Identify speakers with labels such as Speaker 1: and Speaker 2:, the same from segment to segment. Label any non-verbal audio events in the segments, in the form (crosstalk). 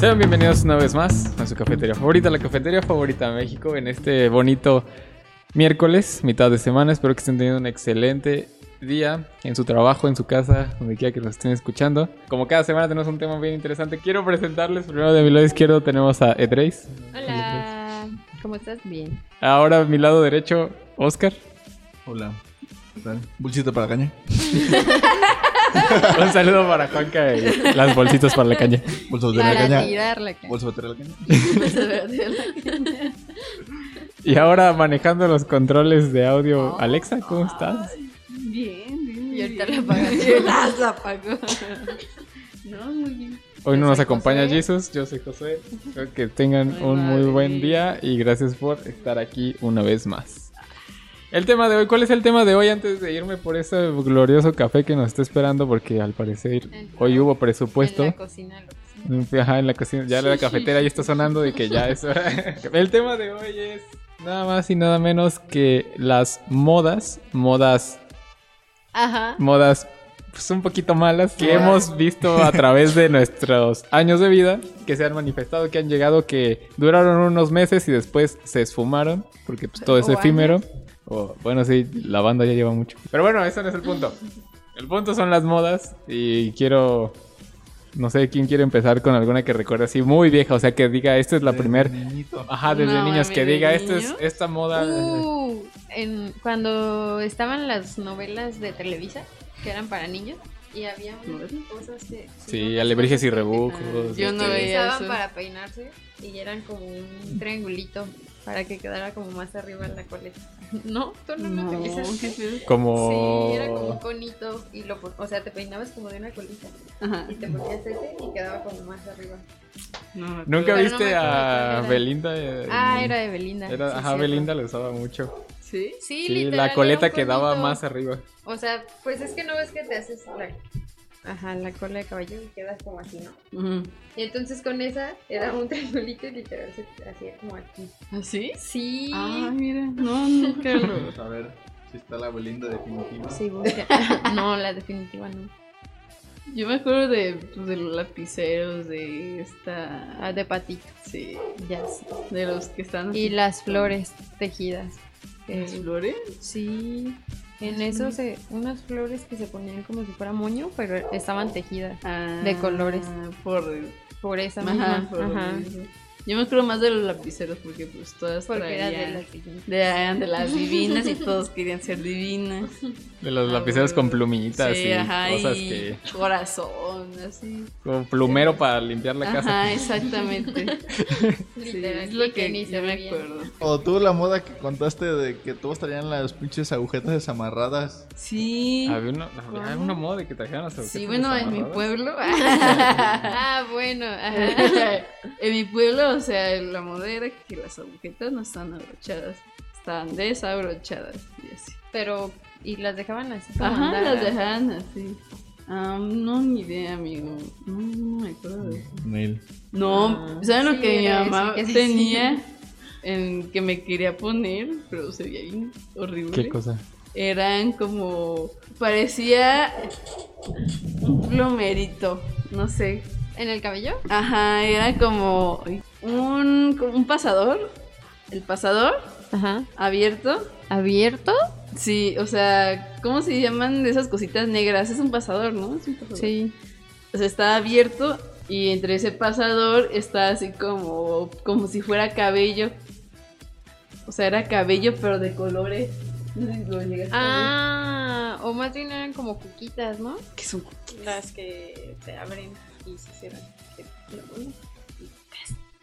Speaker 1: Sean bienvenidos una vez más a su cafetería favorita, la cafetería favorita de México, en este bonito miércoles, mitad de semana. Espero que estén teniendo un excelente día en su trabajo, en su casa, donde quiera que nos estén escuchando. Como cada semana tenemos un tema bien interesante, quiero presentarles primero de mi lado izquierdo tenemos a Edreis.
Speaker 2: Hola, ¿cómo estás? Bien.
Speaker 1: Ahora a mi lado derecho, Oscar.
Speaker 3: Hola. ¿Qué tal? Bolsita para caña.
Speaker 1: Un saludo para Juanca y las bolsitas para la calle.
Speaker 3: Bolsa Pues de la
Speaker 2: Para
Speaker 3: caña.
Speaker 2: tirarla. acá.
Speaker 3: Bolsa de la caña.
Speaker 2: (laughs)
Speaker 1: Y ahora manejando los controles de audio, Alexa, ¿cómo estás?
Speaker 4: Bien, bien.
Speaker 2: Y ahorita la
Speaker 4: bien.
Speaker 2: apagó. Y las apagó.
Speaker 4: No, muy bien.
Speaker 1: Hoy
Speaker 2: Yo
Speaker 1: no nos
Speaker 2: soy
Speaker 1: acompaña
Speaker 2: José.
Speaker 1: Jesus, yo soy José. Espero que tengan
Speaker 2: Ay,
Speaker 1: un muy
Speaker 2: madre.
Speaker 1: buen día y gracias por estar aquí una vez más. El tema de hoy, ¿cuál es el tema de hoy antes de irme por ese glorioso café que nos está esperando? Porque al parecer
Speaker 2: El-
Speaker 1: hoy hubo
Speaker 2: En
Speaker 1: presupuesto.
Speaker 2: la cocina. lo
Speaker 1: (laughs)
Speaker 2: puso.
Speaker 1: Ajá, en la cocina, ya la cafetera ya está sonando de que ya es hora. (laughs) El tema de hoy es nada más y nada menos que las modas, modas
Speaker 2: Ajá.
Speaker 1: modas pues, un poquito malas que hemos visto a través de nuestros años de vida, que se han manifestado, que han llegado, que duraron unos meses y después se esfumaron, porque pues, todo es
Speaker 2: O
Speaker 1: efímero. O, bueno, sí, la banda ya lleva mucho. Pero bueno, ese no es el punto. El punto son las modas y quiero... No sé quién quiere empezar con alguna que recuerde así muy vieja, o sea, que diga, esta es la primera...
Speaker 3: Este, Niñito.
Speaker 1: Ajá, desde
Speaker 2: No,
Speaker 1: niños,
Speaker 2: mami,
Speaker 1: que
Speaker 2: ¿de
Speaker 1: diga, esta es
Speaker 2: niño?
Speaker 1: esta moda...
Speaker 2: Uh, en- cuando estaban las novelas de Televisa, que eran para niños, y había unas cosas que...
Speaker 1: Sí,
Speaker 2: unas
Speaker 1: alebrijes y
Speaker 2: cosas que
Speaker 1: rebujos.
Speaker 4: Yo no
Speaker 1: este,
Speaker 4: veía.
Speaker 2: Utilizaban
Speaker 4: eso.
Speaker 2: para peinarse y eran como un triangulito para que quedara como más arriba en la coleta. (laughs) No, tú no lo
Speaker 4: No,
Speaker 2: utilizas.
Speaker 4: qué feo.
Speaker 1: Como...
Speaker 2: Sí, era como
Speaker 1: Oh.
Speaker 2: un conito y lo, pon- o sea, te peinabas como de una colita
Speaker 4: Ajá.
Speaker 2: y te ponías ese y quedaba como más arriba.
Speaker 1: ¿Nunca
Speaker 4: No,
Speaker 2: Pero no
Speaker 1: viste
Speaker 2: me acuerdo
Speaker 1: a
Speaker 2: cuál era.
Speaker 1: Belinda? eh,
Speaker 2: Ah, era de Belinda.
Speaker 1: era-
Speaker 2: sí,
Speaker 1: ajá,
Speaker 2: cierto.
Speaker 1: Belinda la usaba mucho.
Speaker 4: ¿Sí?
Speaker 2: Sí,
Speaker 1: Sí,
Speaker 2: literal,
Speaker 1: la
Speaker 2: era
Speaker 1: coleta
Speaker 2: un
Speaker 1: quedaba
Speaker 2: conito.
Speaker 1: más arriba.
Speaker 2: O sea, pues es que no ves que te haces la... Ajá, la cola de caballo y quedas como así, ¿no?
Speaker 4: Ujú.
Speaker 2: Y entonces con esa era un triangulito y literal se te hacía como aquí.
Speaker 4: ¿Ah, sí?
Speaker 2: Sí.
Speaker 4: Ah, mira. No, nunca lo.
Speaker 3: Vamos A ver si está la Belinda definitiva.
Speaker 2: Sí, busca. (laughs) no, la definitiva no.
Speaker 4: Yo me acuerdo de, pues, de los lapiceros, de esta.
Speaker 2: Ah, de patito,
Speaker 4: Sí,
Speaker 2: ya sé.
Speaker 4: de los que están.
Speaker 2: Y las flores tejidas. eh, que-
Speaker 4: ¿Las flores?
Speaker 2: Sí. En eso se, unas flores que se ponían como si fuera moño, pero estaban tejidas
Speaker 4: Ah,
Speaker 2: De colores.
Speaker 4: Por.
Speaker 2: por esa misma.
Speaker 4: Ajá, por lo
Speaker 2: ajá.
Speaker 4: mismo. Yo me acuerdo más de los lapiceros porque, pues, todas
Speaker 2: Porque era de
Speaker 4: traían-
Speaker 2: las siguientes.
Speaker 4: de, eran de las divinas y todos querían ser divinas.
Speaker 1: De los
Speaker 4: Ah,
Speaker 1: lapiceros con
Speaker 4: bueno.
Speaker 1: plumitas
Speaker 4: Sí,
Speaker 1: y
Speaker 4: ajá,
Speaker 1: cosas
Speaker 4: y
Speaker 1: que.
Speaker 4: corazón, así.
Speaker 1: Como plumero para limpiar la casa.
Speaker 4: Ajá, exactamente.
Speaker 2: (laughs)
Speaker 4: Sí,
Speaker 2: Literal,
Speaker 4: es lo
Speaker 2: y ni
Speaker 4: que
Speaker 2: se
Speaker 4: yo me
Speaker 2: veían. (laughs)
Speaker 4: acuerdo.
Speaker 3: O tú la moda que contaste de que todos traían las pinches agujetas desamarradas.
Speaker 4: Sí.
Speaker 1: Había una, había una moda de que trajeran las
Speaker 4: Sí,
Speaker 1: agujetas
Speaker 4: bueno, en mi
Speaker 1: desamarradas.
Speaker 4: pueblo.
Speaker 2: Ah, bueno. ajá.
Speaker 4: (laughs) en mi pueblo, o sea, la moda era que las agujetas no estaban abrochadas, estaban desabrochadas y así.
Speaker 2: (laughs) Pero, y las dejaban así como
Speaker 4: Ajá,
Speaker 2: andadas.
Speaker 4: las dejaban así. Ah, no, ni idea, amigo. No, no me acuerdo de eso.
Speaker 3: Nel.
Speaker 4: No,
Speaker 1: Ah.
Speaker 4: ¿saben
Speaker 2: Sí,
Speaker 4: lo que mi
Speaker 2: era eso
Speaker 4: mamá
Speaker 2: que decía.
Speaker 4: tenía? En que me quería poner, pero se veía bien horrible.
Speaker 1: ¿Qué cosa?
Speaker 4: eran como parecía un plomerito, no sé.
Speaker 2: ¿En el cabello?
Speaker 4: Ajá, era como un, como un pasador, el pasador
Speaker 2: Ajá.
Speaker 4: abierto.
Speaker 2: ¿Abierto?
Speaker 4: Sí, o sea, ¿cómo se llaman esas cositas negras? Es un pasador, ¿no? Es un pasador.
Speaker 2: Sí.
Speaker 4: O sea, está abierto y entre ese pasador está así como como si fuera cabello. O sea, era cabello pero de colores. No sé si lo llegaste a ver.
Speaker 2: Ah, o más bien eran como cuquitas, ¿no?
Speaker 4: Que son
Speaker 2: Las que se abren y se cierran.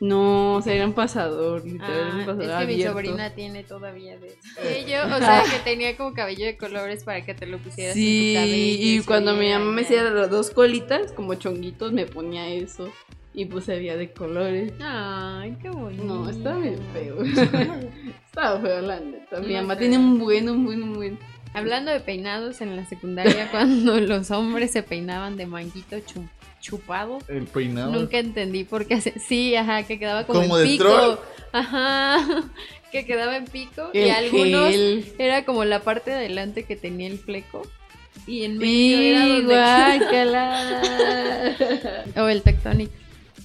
Speaker 4: No, o sea, era un pasador,
Speaker 2: Ah,
Speaker 4: literal, un
Speaker 2: es
Speaker 4: pasador
Speaker 2: que mi
Speaker 4: abierto.
Speaker 2: sobrina tiene todavía de ello,
Speaker 4: (laughs)
Speaker 2: o sea, que tenía como cabello de colores para que te lo pusieras en
Speaker 4: Sí,
Speaker 2: tu cabello.
Speaker 4: y cuando mi mamá me hacía
Speaker 2: cierra
Speaker 4: las dos colitas, como chonguitos, me ponía eso. Y pues había de colores.
Speaker 2: Ay, qué bonito.
Speaker 4: No, estaba bien
Speaker 2: (laughs)
Speaker 4: feo. estaba feo, la neta. Mi
Speaker 2: No
Speaker 4: mamá
Speaker 2: sé.
Speaker 4: tiene un buen, un buen, un buen.
Speaker 2: Hablando de peinados en la
Speaker 4: (laughs)
Speaker 2: secundaria, cuando los hombres se peinaban de manguito chu- chupado.
Speaker 3: El peinado.
Speaker 2: Nunca entendí por qué hace- sí, ajá, que quedaba como,
Speaker 3: Como
Speaker 2: en
Speaker 3: de
Speaker 2: pico.
Speaker 3: troll.
Speaker 2: Ajá. (laughs) Que quedaba en pico y
Speaker 4: El
Speaker 2: algunos
Speaker 4: gel.
Speaker 2: era como la parte de adelante que tenía el fleco y en medio era
Speaker 4: Sí,
Speaker 2: (laughs) donde
Speaker 4: guácala.
Speaker 2: O el Tectonic.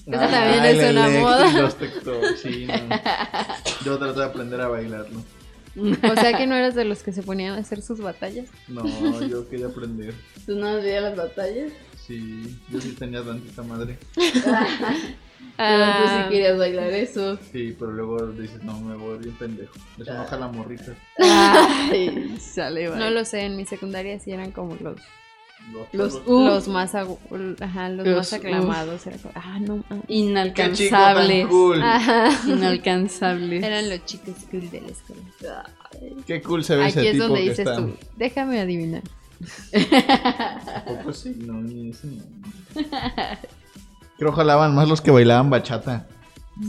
Speaker 2: Eso también es
Speaker 3: el
Speaker 2: una
Speaker 3: eléctrico,
Speaker 2: moda.
Speaker 3: los TikTok, sí, no. Yo traté de aprender a bailarlo.
Speaker 2: O sea que no eras de los que se ponían a hacer sus batallas.
Speaker 3: No, yo quería aprender.
Speaker 4: (laughs) ¿Tú no veías las
Speaker 2: (laughs)
Speaker 4: batallas?
Speaker 3: Sí, yo sí tenía tantita madre.
Speaker 4: Pero tú sí
Speaker 2: Ah,
Speaker 4: (laughs) querías bailar eso.
Speaker 3: Sí, pero luego dices, no, me voy bien pendejo. Eso enoja la morrita.
Speaker 4: ah, Ay, sale, bye.
Speaker 2: no lo sé, en mi secundaria sí eran como los,
Speaker 4: Los
Speaker 3: ojos.
Speaker 4: uf,
Speaker 2: los más agu- ajá, los
Speaker 4: Los uh.
Speaker 2: más aclamados. Era como, ah, no, ah.
Speaker 3: Qué chico tan
Speaker 4: inalcanzables.
Speaker 3: cool.
Speaker 2: Ajá.
Speaker 4: Inalcanzables.
Speaker 2: Eran los chicos cool de la escuela.
Speaker 3: Qué cool se ve ese
Speaker 2: Aquí es
Speaker 3: tipo
Speaker 2: donde
Speaker 3: que
Speaker 2: dices
Speaker 3: está.
Speaker 2: tú, déjame adivinar.
Speaker 3: Tampoco sí, no, ni ese no. (laughs) Creo jalaban más los que bailaban bachata.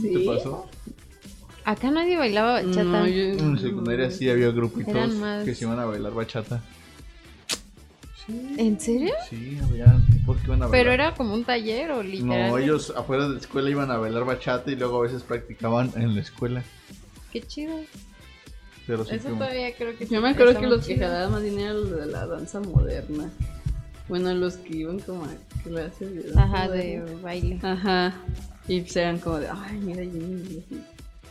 Speaker 4: Sí.
Speaker 3: ¿Te pasó?
Speaker 2: Acá nadie bailaba bachata.
Speaker 4: No, yo-
Speaker 3: En secundaria sí había grupitos
Speaker 2: Eran más-
Speaker 3: que se iban a bailar bachata.
Speaker 2: ¿En serio?
Speaker 3: Sí, había tipos que iban a bailar.
Speaker 2: Pero era como un taller o literal.
Speaker 3: No, ellos afuera de la escuela iban a bailar bachata y luego a veces practicaban en la escuela.
Speaker 2: Qué chido.
Speaker 3: Pero sí
Speaker 2: Eso
Speaker 3: como-
Speaker 2: todavía creo que
Speaker 4: Yo me acuerdo que
Speaker 2: está
Speaker 4: los
Speaker 2: más
Speaker 4: que
Speaker 2: chido.
Speaker 4: jalaban más dinero eran los de la danza moderna. Bueno, los que iban como a clases de danza
Speaker 2: Ajá, de
Speaker 4: moderna.
Speaker 2: baile.
Speaker 4: Ajá. Y pues eran como de, ay, mira, Jenny.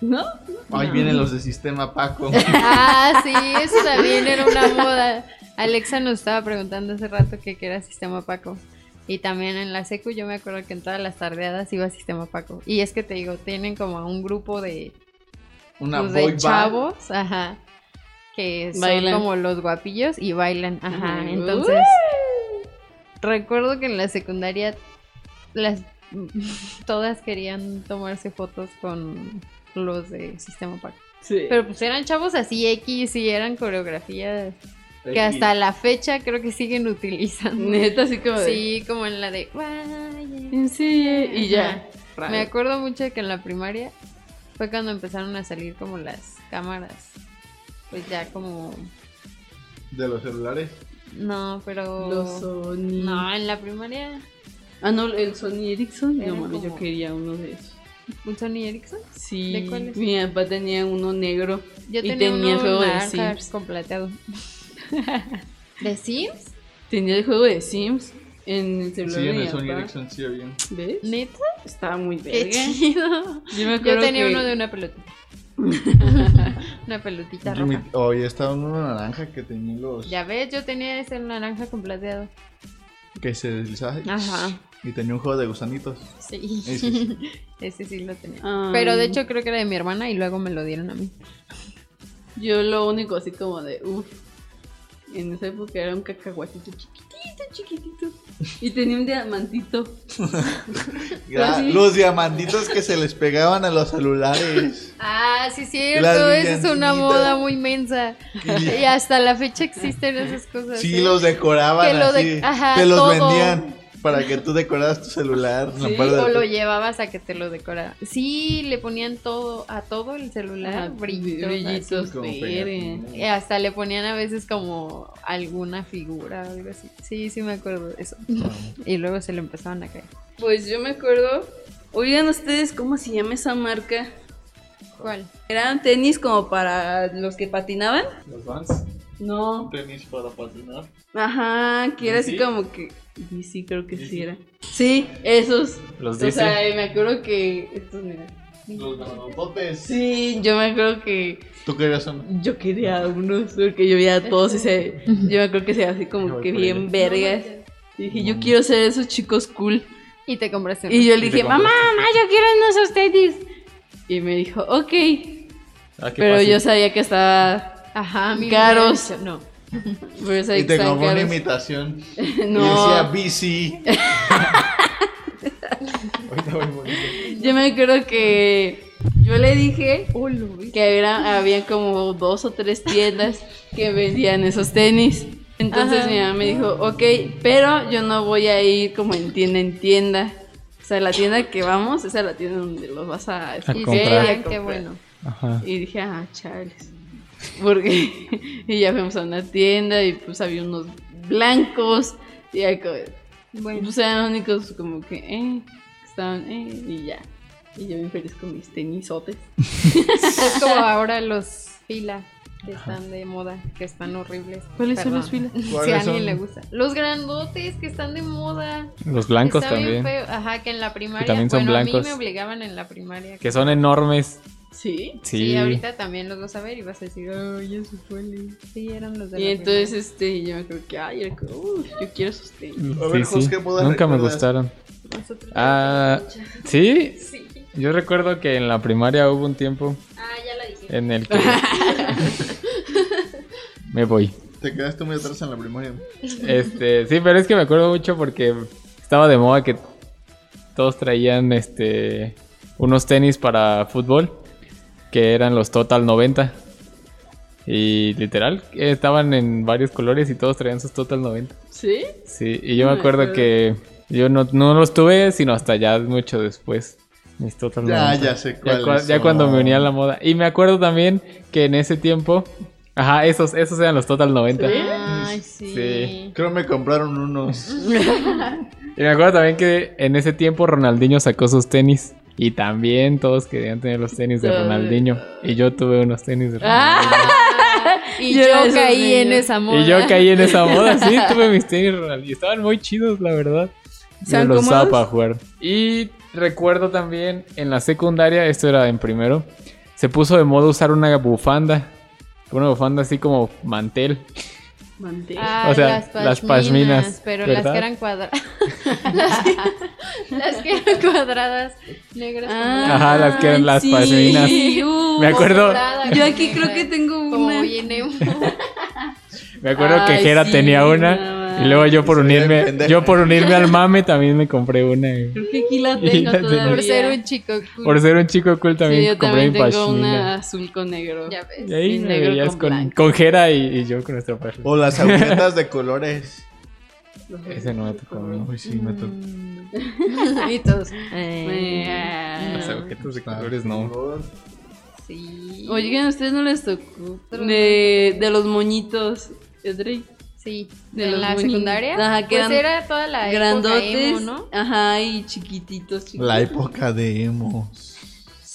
Speaker 4: ¿No?
Speaker 3: Ahí vienen los de sistema Paco.
Speaker 2: (laughs) Ah, sí, eso también era una moda. Alexa nos estaba preguntando hace rato que qué era Sistema Paco. Y también en la secu yo me acuerdo que en todas las tardeadas iba a Sistema Paco. Y es que te digo, tienen como un grupo de,
Speaker 3: Una
Speaker 2: pues,
Speaker 3: boy
Speaker 2: de
Speaker 3: band.
Speaker 2: chavos, ajá, que son
Speaker 4: Bailan.
Speaker 2: como los guapillos y bailan, ajá.
Speaker 4: Ujú.
Speaker 2: Entonces, recuerdo que en la secundaria las (laughs) todas querían tomarse fotos con los de Sistema Paco.
Speaker 4: Sí.
Speaker 2: Pero pues eran chavos así X y eran coreografías que
Speaker 3: X.
Speaker 2: hasta la fecha creo que siguen utilizando.
Speaker 4: neta, así Mm. como de.
Speaker 2: Sí, como en la de... "Why,
Speaker 4: Sí. y ya.
Speaker 2: yeah". Me acuerdo mucho de que en la primaria fue cuando empezaron a salir como las cámaras. Pues ya como...
Speaker 3: De los celulares.
Speaker 2: No, pero...
Speaker 4: Los Sony.
Speaker 2: No, en la primaria...
Speaker 4: Ah, no, el Sony Ericsson.
Speaker 2: Era
Speaker 4: No mames, yo
Speaker 2: como-
Speaker 4: quería uno de esos.
Speaker 2: ¿Un Sony Ericsson?
Speaker 4: Sí.
Speaker 2: ¿De cuáles?
Speaker 4: Mi papá tenía uno negro.
Speaker 2: Yo
Speaker 4: y
Speaker 2: tenía,
Speaker 4: tenía el
Speaker 2: uno
Speaker 4: juego de
Speaker 2: naranja
Speaker 4: Sims.
Speaker 2: con plateado.
Speaker 4: (laughs)
Speaker 2: ¿De Sims?
Speaker 4: Tenía el juego de Sims en el celular.
Speaker 3: Sí, en
Speaker 4: de
Speaker 3: el
Speaker 4: mi
Speaker 3: Sony
Speaker 4: papá.
Speaker 3: Ericsson sí había.
Speaker 4: ¿Ves?
Speaker 2: ¿Neta?
Speaker 4: Estaba muy
Speaker 2: ¡Qué
Speaker 4: verga.
Speaker 2: chido!
Speaker 4: Yo
Speaker 2: Yo
Speaker 4: me acuerdo
Speaker 2: tenía
Speaker 4: que-
Speaker 2: uno de una
Speaker 4: (laughs)
Speaker 2: pelotita. una pelotita
Speaker 3: Yo me-
Speaker 2: roja.
Speaker 3: Oye, estaba uno naranja que tenía los...
Speaker 2: Ya ves, yo tenía ese naranja con plateado.
Speaker 3: Que se deslizaba. y-
Speaker 2: Ajá.
Speaker 3: Y tenía un juego
Speaker 2: (laughs)
Speaker 3: de gusanitos.
Speaker 2: Sí.
Speaker 3: Ese
Speaker 2: (laughs) Ese sí lo tenía.
Speaker 4: Ah.
Speaker 2: Pero de hecho creo que era de mi hermana y luego me lo dieron a mí.
Speaker 4: Yo lo único así como de uff. En esa época era un cacahuatito chiquitito, chiquitito. Y tenía un diamantito.
Speaker 3: Ya,
Speaker 4: sí.
Speaker 3: Los diamantitos que se les pegaban a los
Speaker 2: (laughs)
Speaker 3: celulares.
Speaker 2: Ah, sí, cierto.
Speaker 3: Las
Speaker 2: Esa es una
Speaker 3: brillantinitas.
Speaker 2: moda muy mensa.
Speaker 3: Y-
Speaker 2: Y hasta la fecha existen esas cosas.
Speaker 3: Sí,
Speaker 2: ¿eh?
Speaker 3: los decoraban
Speaker 2: Que lo de-
Speaker 3: así.
Speaker 2: ajá,
Speaker 3: te los
Speaker 2: todo.
Speaker 3: vendían para que tú decoraras tu celular. en la
Speaker 4: Sí,
Speaker 3: parte de-
Speaker 2: O lo llevabas a que te lo decoraran. Sí, le ponían todo, a todo el celular,
Speaker 4: Ajá,
Speaker 2: Ah, brillitos,
Speaker 4: Ah, brillitos,
Speaker 2: así.
Speaker 3: Como
Speaker 4: pere.
Speaker 3: pegatinas.
Speaker 2: Y hasta le ponían a veces como alguna figura o algo así. Sí, sí me acuerdo de eso.
Speaker 3: Ah.
Speaker 2: Y luego se lo empezaban a caer.
Speaker 4: Pues yo me acuerdo. Oigan ustedes cómo se llama esa marca.
Speaker 2: ¿Cuál?
Speaker 4: ¿Eran tenis como para los que patinaban?
Speaker 3: Los Vans,
Speaker 4: No.
Speaker 3: tenis para patinar.
Speaker 4: Ajá, que era así
Speaker 3: ¿Yeezy?
Speaker 4: como que. Y sí, creo que sí
Speaker 3: ¿Yeezy?
Speaker 4: era. Sí, esos.
Speaker 1: Los
Speaker 4: o
Speaker 1: dice.
Speaker 4: sea, me acuerdo que. Estos, mira.
Speaker 3: Los grandototes.
Speaker 4: Sí, yo me acuerdo que.
Speaker 3: ¿Tú querías uno?
Speaker 4: Yo quería unos, porque yo veía a todos y se, yo me acuerdo que se ve así
Speaker 3: Ya
Speaker 4: como
Speaker 3: voy
Speaker 4: que
Speaker 3: por
Speaker 4: bien
Speaker 3: ellos.
Speaker 4: vergas. Y dije, yo quiero ser de esos chicos cool.
Speaker 2: Y te compraste uno.
Speaker 4: Y yo
Speaker 1: Y
Speaker 4: le
Speaker 1: te
Speaker 4: dije, mamá,
Speaker 1: compraste.
Speaker 4: mamá, yo quiero unos tenis. Y me dijo, ok.
Speaker 1: Ah, qué
Speaker 4: Pero
Speaker 1: fácil.
Speaker 4: yo sabía que estaba... pues,
Speaker 2: Ajá, mi
Speaker 4: Caros.
Speaker 2: No.
Speaker 4: pero yo sabía
Speaker 3: Y
Speaker 4: que
Speaker 3: te
Speaker 4: estaban
Speaker 3: compró una
Speaker 4: caros.
Speaker 3: imitación.
Speaker 4: (laughs)
Speaker 2: (laughs)
Speaker 3: Y decía
Speaker 4: No,
Speaker 3: bici. Ahorita voy bonito.
Speaker 4: yo me acuerdo que yo le dije
Speaker 2: Oh, lo vi.
Speaker 4: que era, había como dos o tres tiendas que vendían esos tenis. Entonces
Speaker 2: Ajá.
Speaker 4: mi mamá me dijo, ok, pero yo no voy a ir como en tienda en tienda. O sea, la tienda que vamos, esa es la tienda donde los vas a escoger
Speaker 2: Y
Speaker 4: y
Speaker 1: comprar.
Speaker 4: a
Speaker 2: sí, qué
Speaker 4: comprar".
Speaker 2: bueno.
Speaker 1: Ajá.
Speaker 4: Y dije, ah, chales. Porque (laughs) y ya fuimos a una tienda y pues había unos blancos y ya co-
Speaker 2: (laughs) Bueno.
Speaker 4: pues eran los únicos como que, eh, estaban, eh, y ya. Y yo bien feliz con mis tenisotes. (laughs)
Speaker 2: Es como ahora los fila. que están de moda, que están horribles.
Speaker 4: ¿Cuáles son
Speaker 2: Perdón.
Speaker 4: las filas?
Speaker 2: Si a
Speaker 3: ¿Cuáles
Speaker 2: alguien
Speaker 3: son?
Speaker 2: le gusta. Los grandotes que están de moda.
Speaker 1: Los blancos
Speaker 2: Está
Speaker 1: también.
Speaker 2: bien feo. Ajá, que en la primaria.
Speaker 1: también son
Speaker 2: bueno, a
Speaker 1: blancos.
Speaker 2: mí me obligaban en la primaria.
Speaker 1: Que son enormes.
Speaker 4: Sí.
Speaker 2: Sí.
Speaker 1: Sí.
Speaker 2: ahorita también los vas a ver y vas a decir, ay, eso fue el-". Sí, eran los de
Speaker 4: Y
Speaker 2: la
Speaker 4: entonces, este, yo me acuerdo que, ay, era como, "Uy, yo quiero esos tenis.
Speaker 3: A ver, Jos, ¿qué bodas
Speaker 1: Nunca me
Speaker 3: recuerdas?
Speaker 1: gustaron.
Speaker 2: primaria. Nosotros-
Speaker 1: Ah, ¿sí?
Speaker 2: Sí.
Speaker 1: Yo recuerdo que en la primaria hubo un tiempo
Speaker 2: Ah, ya la dije.
Speaker 1: en
Speaker 2: (laughs)
Speaker 1: el que... me voy.
Speaker 3: Te quedaste muy atrás en la primaria.
Speaker 1: Este, sí, pero es que me acuerdo mucho porque estaba de moda que todos traían este unos tenis para fútbol que eran los Total 90. Y literal, eh, estaban en varios colores y todos traían sus Total 90.
Speaker 4: ¿Sí?
Speaker 1: Sí, y yo me
Speaker 4: Me
Speaker 1: acuerdo
Speaker 4: acuerdo.
Speaker 1: que yo no, no los tuve, sino hasta ya mucho después. Mis Total
Speaker 3: Ya,
Speaker 1: 90.
Speaker 3: ya sé
Speaker 1: Ya,
Speaker 3: cuáles
Speaker 1: cua- ya
Speaker 3: son.
Speaker 1: cuando me unía a la moda. Y me acuerdo también que en ese tiempo, ajá, esos, esos eran los Total 90.
Speaker 4: ¿Sí?
Speaker 2: Ay, sí.
Speaker 1: Sí.
Speaker 3: Creo me compraron unos.
Speaker 4: (laughs)
Speaker 1: Y me acuerdo también que en ese tiempo Ronaldinho sacó sus tenis. Y también todos querían tener los tenis de
Speaker 4: Todo.
Speaker 1: Ronaldinho. Y yo tuve unos tenis de Ronaldinho.
Speaker 4: Ah,
Speaker 2: Y
Speaker 4: (laughs) Yo
Speaker 2: yo,
Speaker 4: era de esos
Speaker 2: caí en
Speaker 4: niños.
Speaker 2: esa moda.
Speaker 1: Y yo caí en esa moda.
Speaker 4: (laughs)
Speaker 1: Sí, tuve mis tenis Ronaldinho. Y estaban muy chidos, la verdad. Yo
Speaker 4: ¿Son
Speaker 1: los usaba
Speaker 4: cómodos?
Speaker 1: para jugar. Y recuerdo también en la secundaria, esto era en primero, se puso de moda usar una bufanda. Una bufanda así como mantel.
Speaker 4: manteca.
Speaker 2: Ah,
Speaker 1: O sea, las pashminas,
Speaker 2: Pero
Speaker 1: ¿verdad?
Speaker 2: las que eran cuadradas. (laughs) las, que eran cuadradas, negras.
Speaker 4: Ah.
Speaker 2: como-
Speaker 1: Ajá, las que eran las pasminas.
Speaker 4: (laughs) Sí, uh,
Speaker 1: Me acuerdo-
Speaker 2: doblada,
Speaker 4: Yo
Speaker 2: como
Speaker 4: aquí creo
Speaker 2: negra,
Speaker 4: que tengo
Speaker 2: Como
Speaker 4: una.
Speaker 2: bien emo.
Speaker 1: Me acuerdo que
Speaker 4: Ay,
Speaker 1: Jera
Speaker 4: sí,
Speaker 1: tenía
Speaker 4: no
Speaker 1: una.
Speaker 4: mames.
Speaker 1: Y luego yo por
Speaker 3: Soy bien
Speaker 1: unirme,
Speaker 3: pendejo.
Speaker 1: yo por unirme
Speaker 4: (laughs)
Speaker 1: al mame también me compré una. güey.
Speaker 4: Creo que aquí la
Speaker 1: (laughs) Y la
Speaker 4: tengo
Speaker 1: tenía.
Speaker 4: todavía.
Speaker 2: Por ser un chico cool.
Speaker 1: Por ser un chico cool también
Speaker 4: sí, yo
Speaker 1: compré
Speaker 4: también
Speaker 1: mi
Speaker 4: tengo
Speaker 1: pashmina.
Speaker 4: una azul con negro.
Speaker 2: Ya (laughs) ves.
Speaker 1: Y ahí
Speaker 4: y
Speaker 1: me
Speaker 4: negro
Speaker 1: veías
Speaker 4: con
Speaker 1: con,
Speaker 4: blanco.
Speaker 1: con Jera y, y yo con nuestra pashmina.
Speaker 3: O las agujetas de colores.
Speaker 1: Ese no me tocó. ¿no?
Speaker 3: Uy, sí, me tocó.
Speaker 2: y
Speaker 4: (laughs)
Speaker 2: todos.
Speaker 4: Mm.
Speaker 1: (laughs)
Speaker 2: Eh,
Speaker 4: Ah.
Speaker 1: Las agujetas de colores (laughs) no.
Speaker 2: Sí.
Speaker 4: Oigan, ¿a ustedes no les tocó? De, de los moñitos, Edrey.
Speaker 2: Sí.
Speaker 4: de
Speaker 2: en
Speaker 4: los
Speaker 2: la
Speaker 4: moñitos.
Speaker 2: secundaria.
Speaker 4: Ajá, que
Speaker 2: pues
Speaker 4: eran
Speaker 2: era toda la época
Speaker 4: Grandotes,
Speaker 2: emo, ¿no?
Speaker 4: ajá, y chiquititos, chiquititos.
Speaker 3: La época de emos.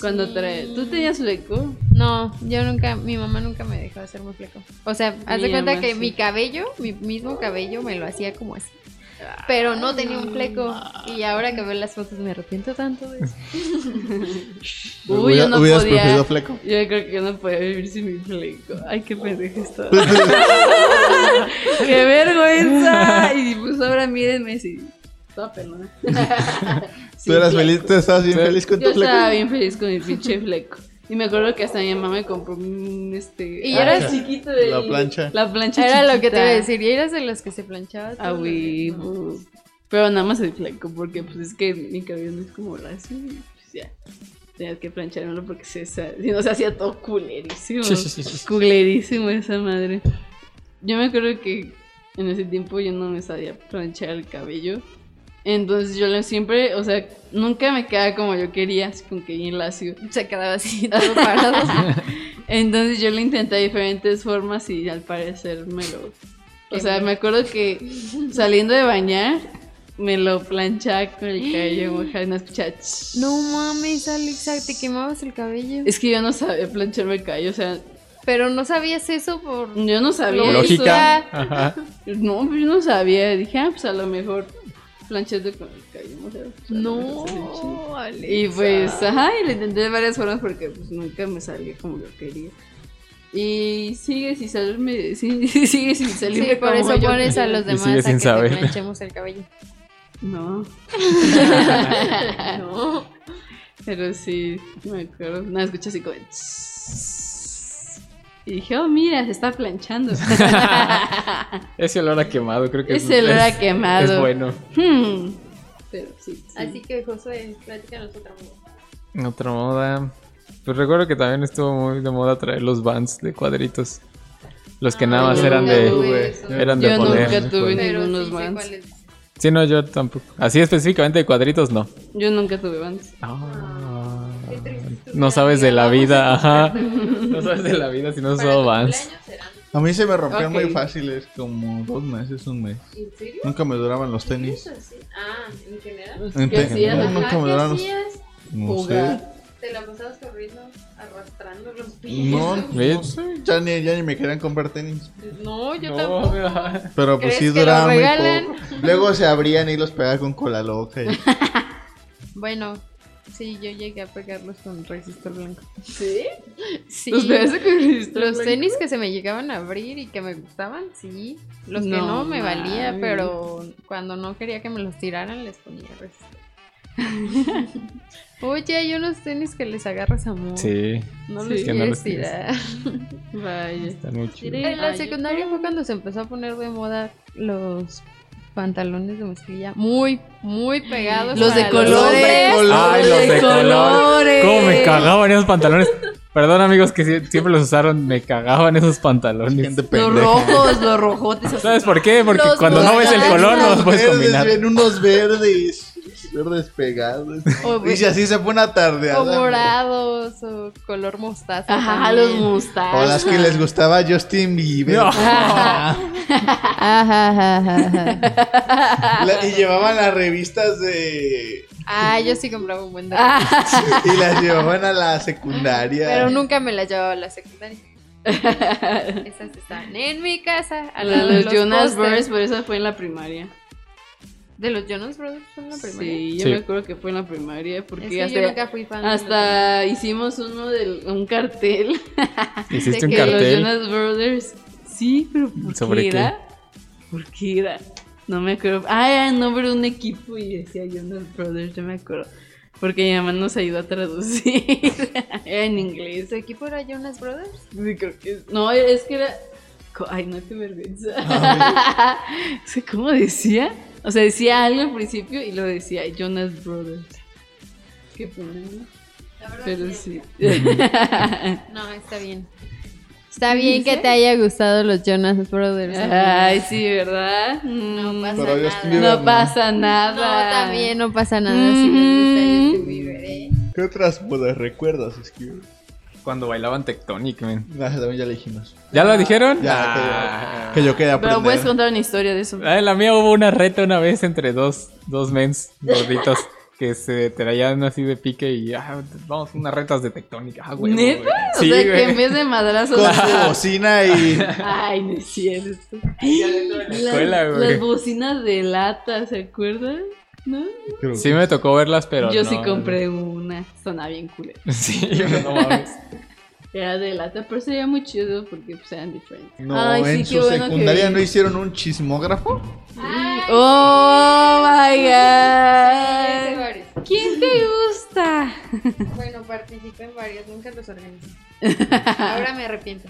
Speaker 4: Cuando
Speaker 2: Sí.
Speaker 4: trae, tú tenías fleco.
Speaker 2: No, yo nunca, mi mamá nunca me dejó hacerme fleco. O sea, haz de
Speaker 4: Mi
Speaker 2: cuenta
Speaker 4: mamá
Speaker 2: que
Speaker 4: sí.
Speaker 2: mi cabello, mi mismo cabello, me lo hacía como así.
Speaker 4: Ah,
Speaker 2: Pero no tenía un fleco. Y ahora que veo las fotos me arrepiento tanto de eso.
Speaker 4: Uy, yo no
Speaker 3: ¿Hubieras
Speaker 4: podía.
Speaker 3: preferido fleco?
Speaker 4: Yo creo que yo no podía vivir sin mi fleco. Ay, qué pendeja
Speaker 3: (laughs)
Speaker 4: está. qué vergüenza. Y pues ahora mírenme si
Speaker 3: (laughs)
Speaker 4: toda pelona. Sí,
Speaker 3: ¿Tú eras
Speaker 4: fleco.
Speaker 3: feliz? ¿Tú estabas bien
Speaker 1: Sí.
Speaker 3: feliz con
Speaker 4: Yo
Speaker 3: tu fleco?
Speaker 4: estaba bien feliz con mi pinche fleco. Y me acuerdo que hasta mi mamá me compró un este.
Speaker 2: Y
Speaker 4: ah,
Speaker 2: eras-
Speaker 4: chiquito de
Speaker 3: La plancha.
Speaker 4: La plancha.
Speaker 2: Era lo que te iba a
Speaker 4: chiquita.
Speaker 2: decir. Y eras de los que se planchaba. todo
Speaker 4: A
Speaker 2: el día, ¿no?
Speaker 4: huevo. Pero nada más el fleco, porque pues es que mi cabello no es como lacio. y, Pues ya. Tenías que planchármelo porque se, sa- (laughs) si no se hacía todo culerísimo. culerísimo esa madre. Yo me acuerdo que en ese tiempo yo no me sabía planchar el cabello. Entonces yo lo- siempre, o sea, nunca me quedaba como yo quería, así con que bien lacio.
Speaker 2: Se quedaba
Speaker 4: (laughs)
Speaker 2: así, todo parado.
Speaker 4: Entonces yo lo intenté de diferentes formas y al parecer me lo... O sea, me acuerdo que saliendo de bañar, me lo planchaba con el cabello mojado y no escuchaba... "Ch".
Speaker 2: no mames, Alexa, te quemabas el cabello.
Speaker 4: Es que yo no sabía plancharme el cabello, o sea,
Speaker 2: Pero no sabías eso por.
Speaker 4: yo no sabía eso.
Speaker 1: Lógica. Ajá.
Speaker 4: No, pues yo no sabía. Dije, ah, pues a lo mejor planchete con el cabello mojado. pues, a lo
Speaker 2: No,
Speaker 4: mejor se hace chido.
Speaker 2: Alexa.
Speaker 4: Y pues, ajá, y lo intenté de varias formas porque pues nunca me salió como yo quería. Y sigue sin salirme, (laughs) sí, sigue sin salirme
Speaker 2: Sí, por
Speaker 4: ah, como
Speaker 2: eso
Speaker 4: yo
Speaker 2: pones a
Speaker 4: quería.
Speaker 2: los
Speaker 1: Y sigue
Speaker 2: demás a
Speaker 1: sin
Speaker 2: que
Speaker 1: saber.
Speaker 2: te planchemos el
Speaker 4: (laughs)
Speaker 2: cabello. (laughs)
Speaker 4: No. no. Pero sí, me acuerdo. Una escuché así como... de "Tss". Y dije, oh, mira, se está
Speaker 2: (laughs)
Speaker 4: planchando.
Speaker 1: Ese olor a quemado, creo que
Speaker 4: Ese olor a quemado.
Speaker 1: Es bueno.
Speaker 4: Hmm. Pero sí, sí.
Speaker 2: Así que, José, platícanos otra moda.
Speaker 1: Otra moda. Pues recuerdo que también estuvo muy de moda traer los vans de cuadritos. Los que nada más
Speaker 4: yo
Speaker 1: eran
Speaker 4: nunca
Speaker 1: de.
Speaker 4: tuve.
Speaker 1: eran de
Speaker 4: Yo
Speaker 1: poner.
Speaker 4: nunca tuve
Speaker 2: Pero sí
Speaker 4: ninguno de
Speaker 2: sé
Speaker 4: Vans.
Speaker 2: cuál es.
Speaker 1: Sí, no, yo tampoco. Así específicamente de cuadritos, no.
Speaker 4: Yo nunca tuve Vans.
Speaker 1: Ah,
Speaker 2: qué triste.
Speaker 1: no sabes de la vida, ajá. No sabes de la vida si no has
Speaker 2: Para
Speaker 1: usado
Speaker 2: tu
Speaker 1: Vans.
Speaker 2: cumpleaños serán,
Speaker 3: A mí se me rompían
Speaker 4: Ok.
Speaker 3: muy fáciles, como dos meses, un mes.
Speaker 2: ¿En serio?
Speaker 3: Nunca me duraban los tenis.
Speaker 2: ¿Eso sí? Ah, ¿en general?
Speaker 3: En
Speaker 4: ¿Qué hacías?
Speaker 3: general,
Speaker 4: Ajá,
Speaker 3: nunca me
Speaker 2: ¿Qué
Speaker 3: duraban los
Speaker 2: hacías?
Speaker 3: No sé.
Speaker 4: Jugar.
Speaker 2: ¿Te te la pasabas corriendo, arrastrando los pies.
Speaker 4: (laughs)
Speaker 3: No,
Speaker 1: ¿Ves?
Speaker 3: no sé, ya ni, ya ni me querían comprar tenis.
Speaker 2: (laughs) No, yo
Speaker 1: No,
Speaker 2: tampoco.
Speaker 1: ¿verdad?
Speaker 3: Pero pues
Speaker 2: ¿Crees
Speaker 3: sí
Speaker 2: que lo
Speaker 3: duraban muy
Speaker 2: regalan?
Speaker 3: poco. Luego se abrían y los pegaban con cola loca. y-
Speaker 2: Bueno, sí, yo llegué a pegarlos con resistor blanco.
Speaker 4: ¿Sí?
Speaker 2: Sí. (laughs)
Speaker 4: ¿Los pedaste con resistor
Speaker 2: Los
Speaker 4: blanco?
Speaker 2: tenis que se me llegaban a abrir y que me gustaban, sí. Los que
Speaker 4: No
Speaker 2: no me valía,
Speaker 4: mames.
Speaker 2: pero cuando no quería que me los tiraran, les ponía resistor.
Speaker 4: (laughs)
Speaker 2: Oye, hay unos tenis que les agarras amor.
Speaker 1: Sí,
Speaker 2: No los
Speaker 4: Sí. Que
Speaker 1: no
Speaker 2: quieres
Speaker 1: los quieres.
Speaker 2: tirar.
Speaker 4: Vaya.
Speaker 1: están muy chidos.
Speaker 2: En
Speaker 4: Ay,
Speaker 2: la
Speaker 4: yo
Speaker 2: secundaria
Speaker 4: creo-
Speaker 2: fue cuando se empezó a poner de moda los pantalones de mezclilla muy, muy pegados.
Speaker 4: Los de
Speaker 2: para
Speaker 4: (laughs) colores.
Speaker 1: (laughs)
Speaker 2: hombres.
Speaker 1: Ay, los de color.
Speaker 4: colores.
Speaker 1: ¿Cómo me cagaban esos pantalones? Perdón, amigos, que sie- siempre los usaron. Me cagaban esos pantalones.
Speaker 3: Gente pues,
Speaker 4: Los
Speaker 3: pendeja.
Speaker 4: rojos, los rojotes. así.
Speaker 1: ¿Sabes por qué? Porque
Speaker 4: Los
Speaker 1: cuando no ves el
Speaker 4: blancos,
Speaker 1: color, no los puedes
Speaker 3: verdes,
Speaker 1: combinar.
Speaker 3: ven unos verdes. Verdes pegados.
Speaker 2: O
Speaker 3: Y si así se pone a tardear.
Speaker 2: O morados, o color mostaza.
Speaker 4: Ajá,
Speaker 2: también.
Speaker 4: los
Speaker 2: (laughs)
Speaker 4: mustachos.
Speaker 3: O las que les gustaba Justin Bieber.
Speaker 1: No.
Speaker 4: (laughs)
Speaker 2: Ajá, ajá, ajá, ajá.
Speaker 3: La- y llevaban las revistas de.
Speaker 2: Ah, yo sí compraba un buen de
Speaker 4: Ah,
Speaker 3: Y las llevaban a la secundaria.
Speaker 2: Pero nunca me las llevaba a la secundaria. Esas están en mi casa.
Speaker 4: A
Speaker 2: al
Speaker 4: la-
Speaker 2: lado
Speaker 4: los,
Speaker 2: de
Speaker 4: Jonas
Speaker 2: pósters.
Speaker 4: Brothers, pero esa fue en la primaria.
Speaker 2: De los Jonas Brothers fue en la primaria.
Speaker 4: Sí, yo
Speaker 1: Sí.
Speaker 4: me acuerdo que fue en la primaria porque
Speaker 2: Es que
Speaker 4: hasta,
Speaker 2: yo nunca fui fan de los Jonas.
Speaker 4: hasta hicimos uno de un cartel (laughs)
Speaker 1: Hiciste
Speaker 2: de
Speaker 1: un
Speaker 2: que
Speaker 4: de los
Speaker 1: cartel.
Speaker 4: Jonas Brothers. Sí, pero ¿por
Speaker 1: ¿Sobre
Speaker 4: qué
Speaker 1: qué?
Speaker 4: era? ¿Por qué era? No me acuerdo. Ah, era el nombre de un equipo y decía Jonas Brothers, yo me acuerdo. Porque mi mamá nos ayudó a traducir. (laughs) era en inglés.
Speaker 2: ¿Su equipo era Jonas Brothers?
Speaker 4: Sí, creo que es- No, es que era. co- Ay, no, qué vergüenza. (laughs) O sea, ¿Cómo decía? O sea, decía algo al principio y lo decía Jonas Brothers. Qué problema. Pero sí.
Speaker 2: (laughs) No, está bien. Está bien que te haya gustado los Jonas Brothers.
Speaker 4: (laughs) Ay, sí, ¿verdad?
Speaker 2: No
Speaker 4: Mm,
Speaker 2: pasa
Speaker 3: Pero yo
Speaker 2: nada.
Speaker 3: estoy-
Speaker 4: no pasa nada.
Speaker 2: No, también no pasa nada si les gusta Justin Bieber, ¿eh?
Speaker 3: ¿Qué otras bodas recuerdas, Esquivel?
Speaker 1: Cuando bailaban Tectonic, man.
Speaker 3: Ah, también ya le dijimos.
Speaker 1: ¿Ya lo dijeron?
Speaker 3: Ya,
Speaker 1: Ah.
Speaker 3: que, yo, que yo quería aprender.
Speaker 4: Pero pues puedes contar una historia de eso.
Speaker 1: Ah, En la mía hubo una reta una vez entre dos, dos mens gorditos que se traían así de pique y ah, vamos, unas retas de tectónica. Ah, güey,
Speaker 4: ¿Neta?
Speaker 1: güey.
Speaker 4: O
Speaker 1: Sí,
Speaker 4: sea,
Speaker 1: güey.
Speaker 4: que en vez de
Speaker 3: (laughs)
Speaker 4: madrazos.
Speaker 3: Con su bocina y.
Speaker 4: Ay, no es cierto.
Speaker 1: de la escuela,
Speaker 4: Las-
Speaker 1: güey.
Speaker 4: Las bocinas de lata, ¿se acuerdan? ¿No?
Speaker 3: Creo
Speaker 1: Sí
Speaker 3: que-
Speaker 1: me tocó verlas, pero
Speaker 4: Yo
Speaker 1: no.
Speaker 4: sí compré una. Sonaba bien culera.
Speaker 1: (laughs) Sí, pero no mames.
Speaker 4: Era de lata, pero sería muy chido porque pues, eran diferentes.
Speaker 3: No,
Speaker 4: Ay, sí,
Speaker 3: en
Speaker 4: qué
Speaker 3: su
Speaker 4: bueno que-
Speaker 3: secundaria no hicieron un chismógrafo.
Speaker 4: (laughs) ¡Oh, my
Speaker 2: Hice
Speaker 4: God!
Speaker 2: varios.
Speaker 4: ¿Quién te gusta?
Speaker 1: (laughs)
Speaker 2: Bueno, participé en varios, nunca los (laughs) organizé. Ahora me arrepiento.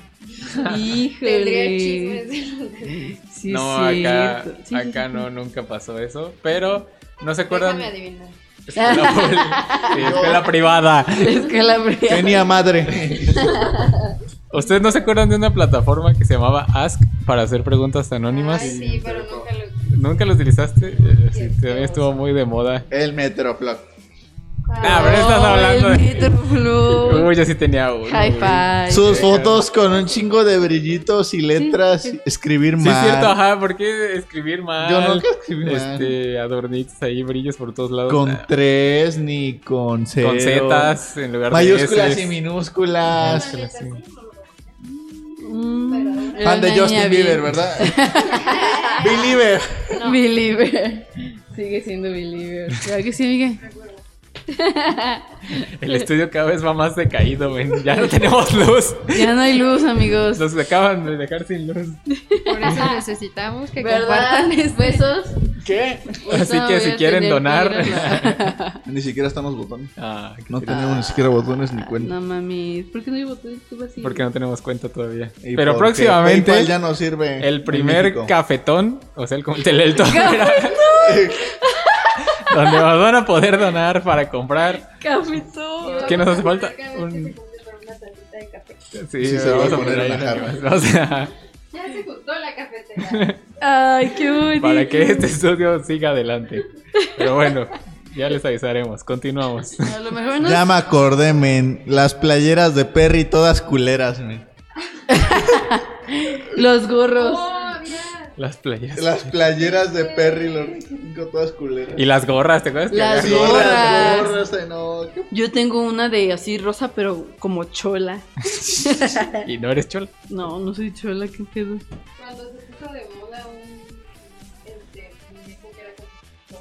Speaker 2: Tendría
Speaker 4: Híjole.
Speaker 2: chismes de los demás.
Speaker 4: Sí,
Speaker 1: no,
Speaker 4: es
Speaker 1: acá,
Speaker 4: cierto. Sí, sí,
Speaker 1: acá
Speaker 4: sí. (laughs)
Speaker 1: no, nunca pasó eso. Pero, ¿no se acuerdan?
Speaker 2: Déjame adivinar.
Speaker 1: Escuela, pública- (laughs) sí, escuela privada.
Speaker 4: Ah, Es
Speaker 1: (laughs)
Speaker 4: que la verdad-
Speaker 3: Tenía madre.
Speaker 1: ¿Ustedes no se acuerdan de una plataforma que se llamaba Ask para hacer preguntas anónimas?
Speaker 2: Ay, sí, pero nunca lo
Speaker 1: ¿Nunca la utilizaste? Eh, sí,
Speaker 2: Qué
Speaker 1: también estuvo muy de moda.
Speaker 3: El Metroflog.
Speaker 1: Ah, pero estás
Speaker 4: Oh,
Speaker 1: hablando
Speaker 4: el
Speaker 1: de- (laughs)
Speaker 4: Metroflux.
Speaker 1: Uy, yo sí tenía uno.
Speaker 4: High
Speaker 1: güey.
Speaker 4: five.
Speaker 3: Sus fotos con un chingo de brillitos y letras. Escribir
Speaker 1: Sí,
Speaker 3: mal.
Speaker 1: es cierto, ajá, ¿por qué escribir mal?
Speaker 3: Yo nunca escribí mal.
Speaker 1: Este, adornitos ahí, brillos por todos lados.
Speaker 3: Con
Speaker 1: Ah,
Speaker 3: tres ni con cero.
Speaker 1: con zetas en lugar de
Speaker 3: Mayúsculas
Speaker 1: Ss.
Speaker 3: y minúsculas.
Speaker 4: Mm, era
Speaker 3: Fan de
Speaker 4: una
Speaker 3: Justin
Speaker 4: niña
Speaker 3: Bieber,
Speaker 4: bien- (laughs)
Speaker 3: ¿verdad? Believer.
Speaker 4: Believer. Sigue siendo believer. Claro que sí, amiga.
Speaker 1: El estudio cada vez va más decaído, ven. Ya no tenemos luz.
Speaker 4: Ya no hay luz, amigos.
Speaker 1: Nos acaban de dejar sin luz.
Speaker 2: Por eso necesitamos que
Speaker 4: ¿Verdad?
Speaker 2: compartan este
Speaker 4: Besos.
Speaker 3: ¿Qué?
Speaker 4: Pues
Speaker 1: Así que si quieren donar.
Speaker 3: Ni siquiera están los botones.
Speaker 1: (laughs) Ah,
Speaker 3: No tenemos ni siquiera botones ni cuenta.
Speaker 4: Ah, No mami, ¿por qué no hay botones? Tú vas a ir.
Speaker 1: porque no tenemos cuenta todavía.
Speaker 3: Y
Speaker 1: Pero
Speaker 3: porque
Speaker 1: próximamente,
Speaker 3: PayPal ya no sirve.
Speaker 1: el
Speaker 3: en
Speaker 1: primer
Speaker 3: México.
Speaker 1: cafetón, o sea, el, com- el, el (laughs) donde nos van a poder donar para comprar.
Speaker 4: Cafetón.
Speaker 1: ¿Qué nos hace falta? Un-
Speaker 2: Un... Una tacita de café.
Speaker 1: Sí,
Speaker 3: Sí, se lo voy a poner en la
Speaker 1: (laughs)
Speaker 3: jarra.
Speaker 1: O sea,
Speaker 2: Ya se juntó la
Speaker 1: (laughs)
Speaker 2: cafetera.
Speaker 4: Ay, qué bonito.
Speaker 1: para que este estudio siga adelante. Pero bueno, ya les avisaremos. Continuamos.
Speaker 4: A lo mejor no.
Speaker 3: Ya me acordé, men. Las playeras de Perry todas culeras, men.
Speaker 4: Los gorros.
Speaker 2: ¡Oh, mira!
Speaker 1: Las playas.
Speaker 3: Las playeras de Perry Lorico, todas culeras.
Speaker 1: Y las gorras, ¿te acuerdas? que
Speaker 4: Las
Speaker 1: había-
Speaker 3: Sí,
Speaker 4: gorras.
Speaker 3: las gorras, ay, no, qué-
Speaker 4: Yo tengo una de así rosa, pero como chola.
Speaker 1: Y no eres chola.
Speaker 4: No, no soy chola, qué pedo.
Speaker 2: Cuando se puso de moda un. Este. muñeco que era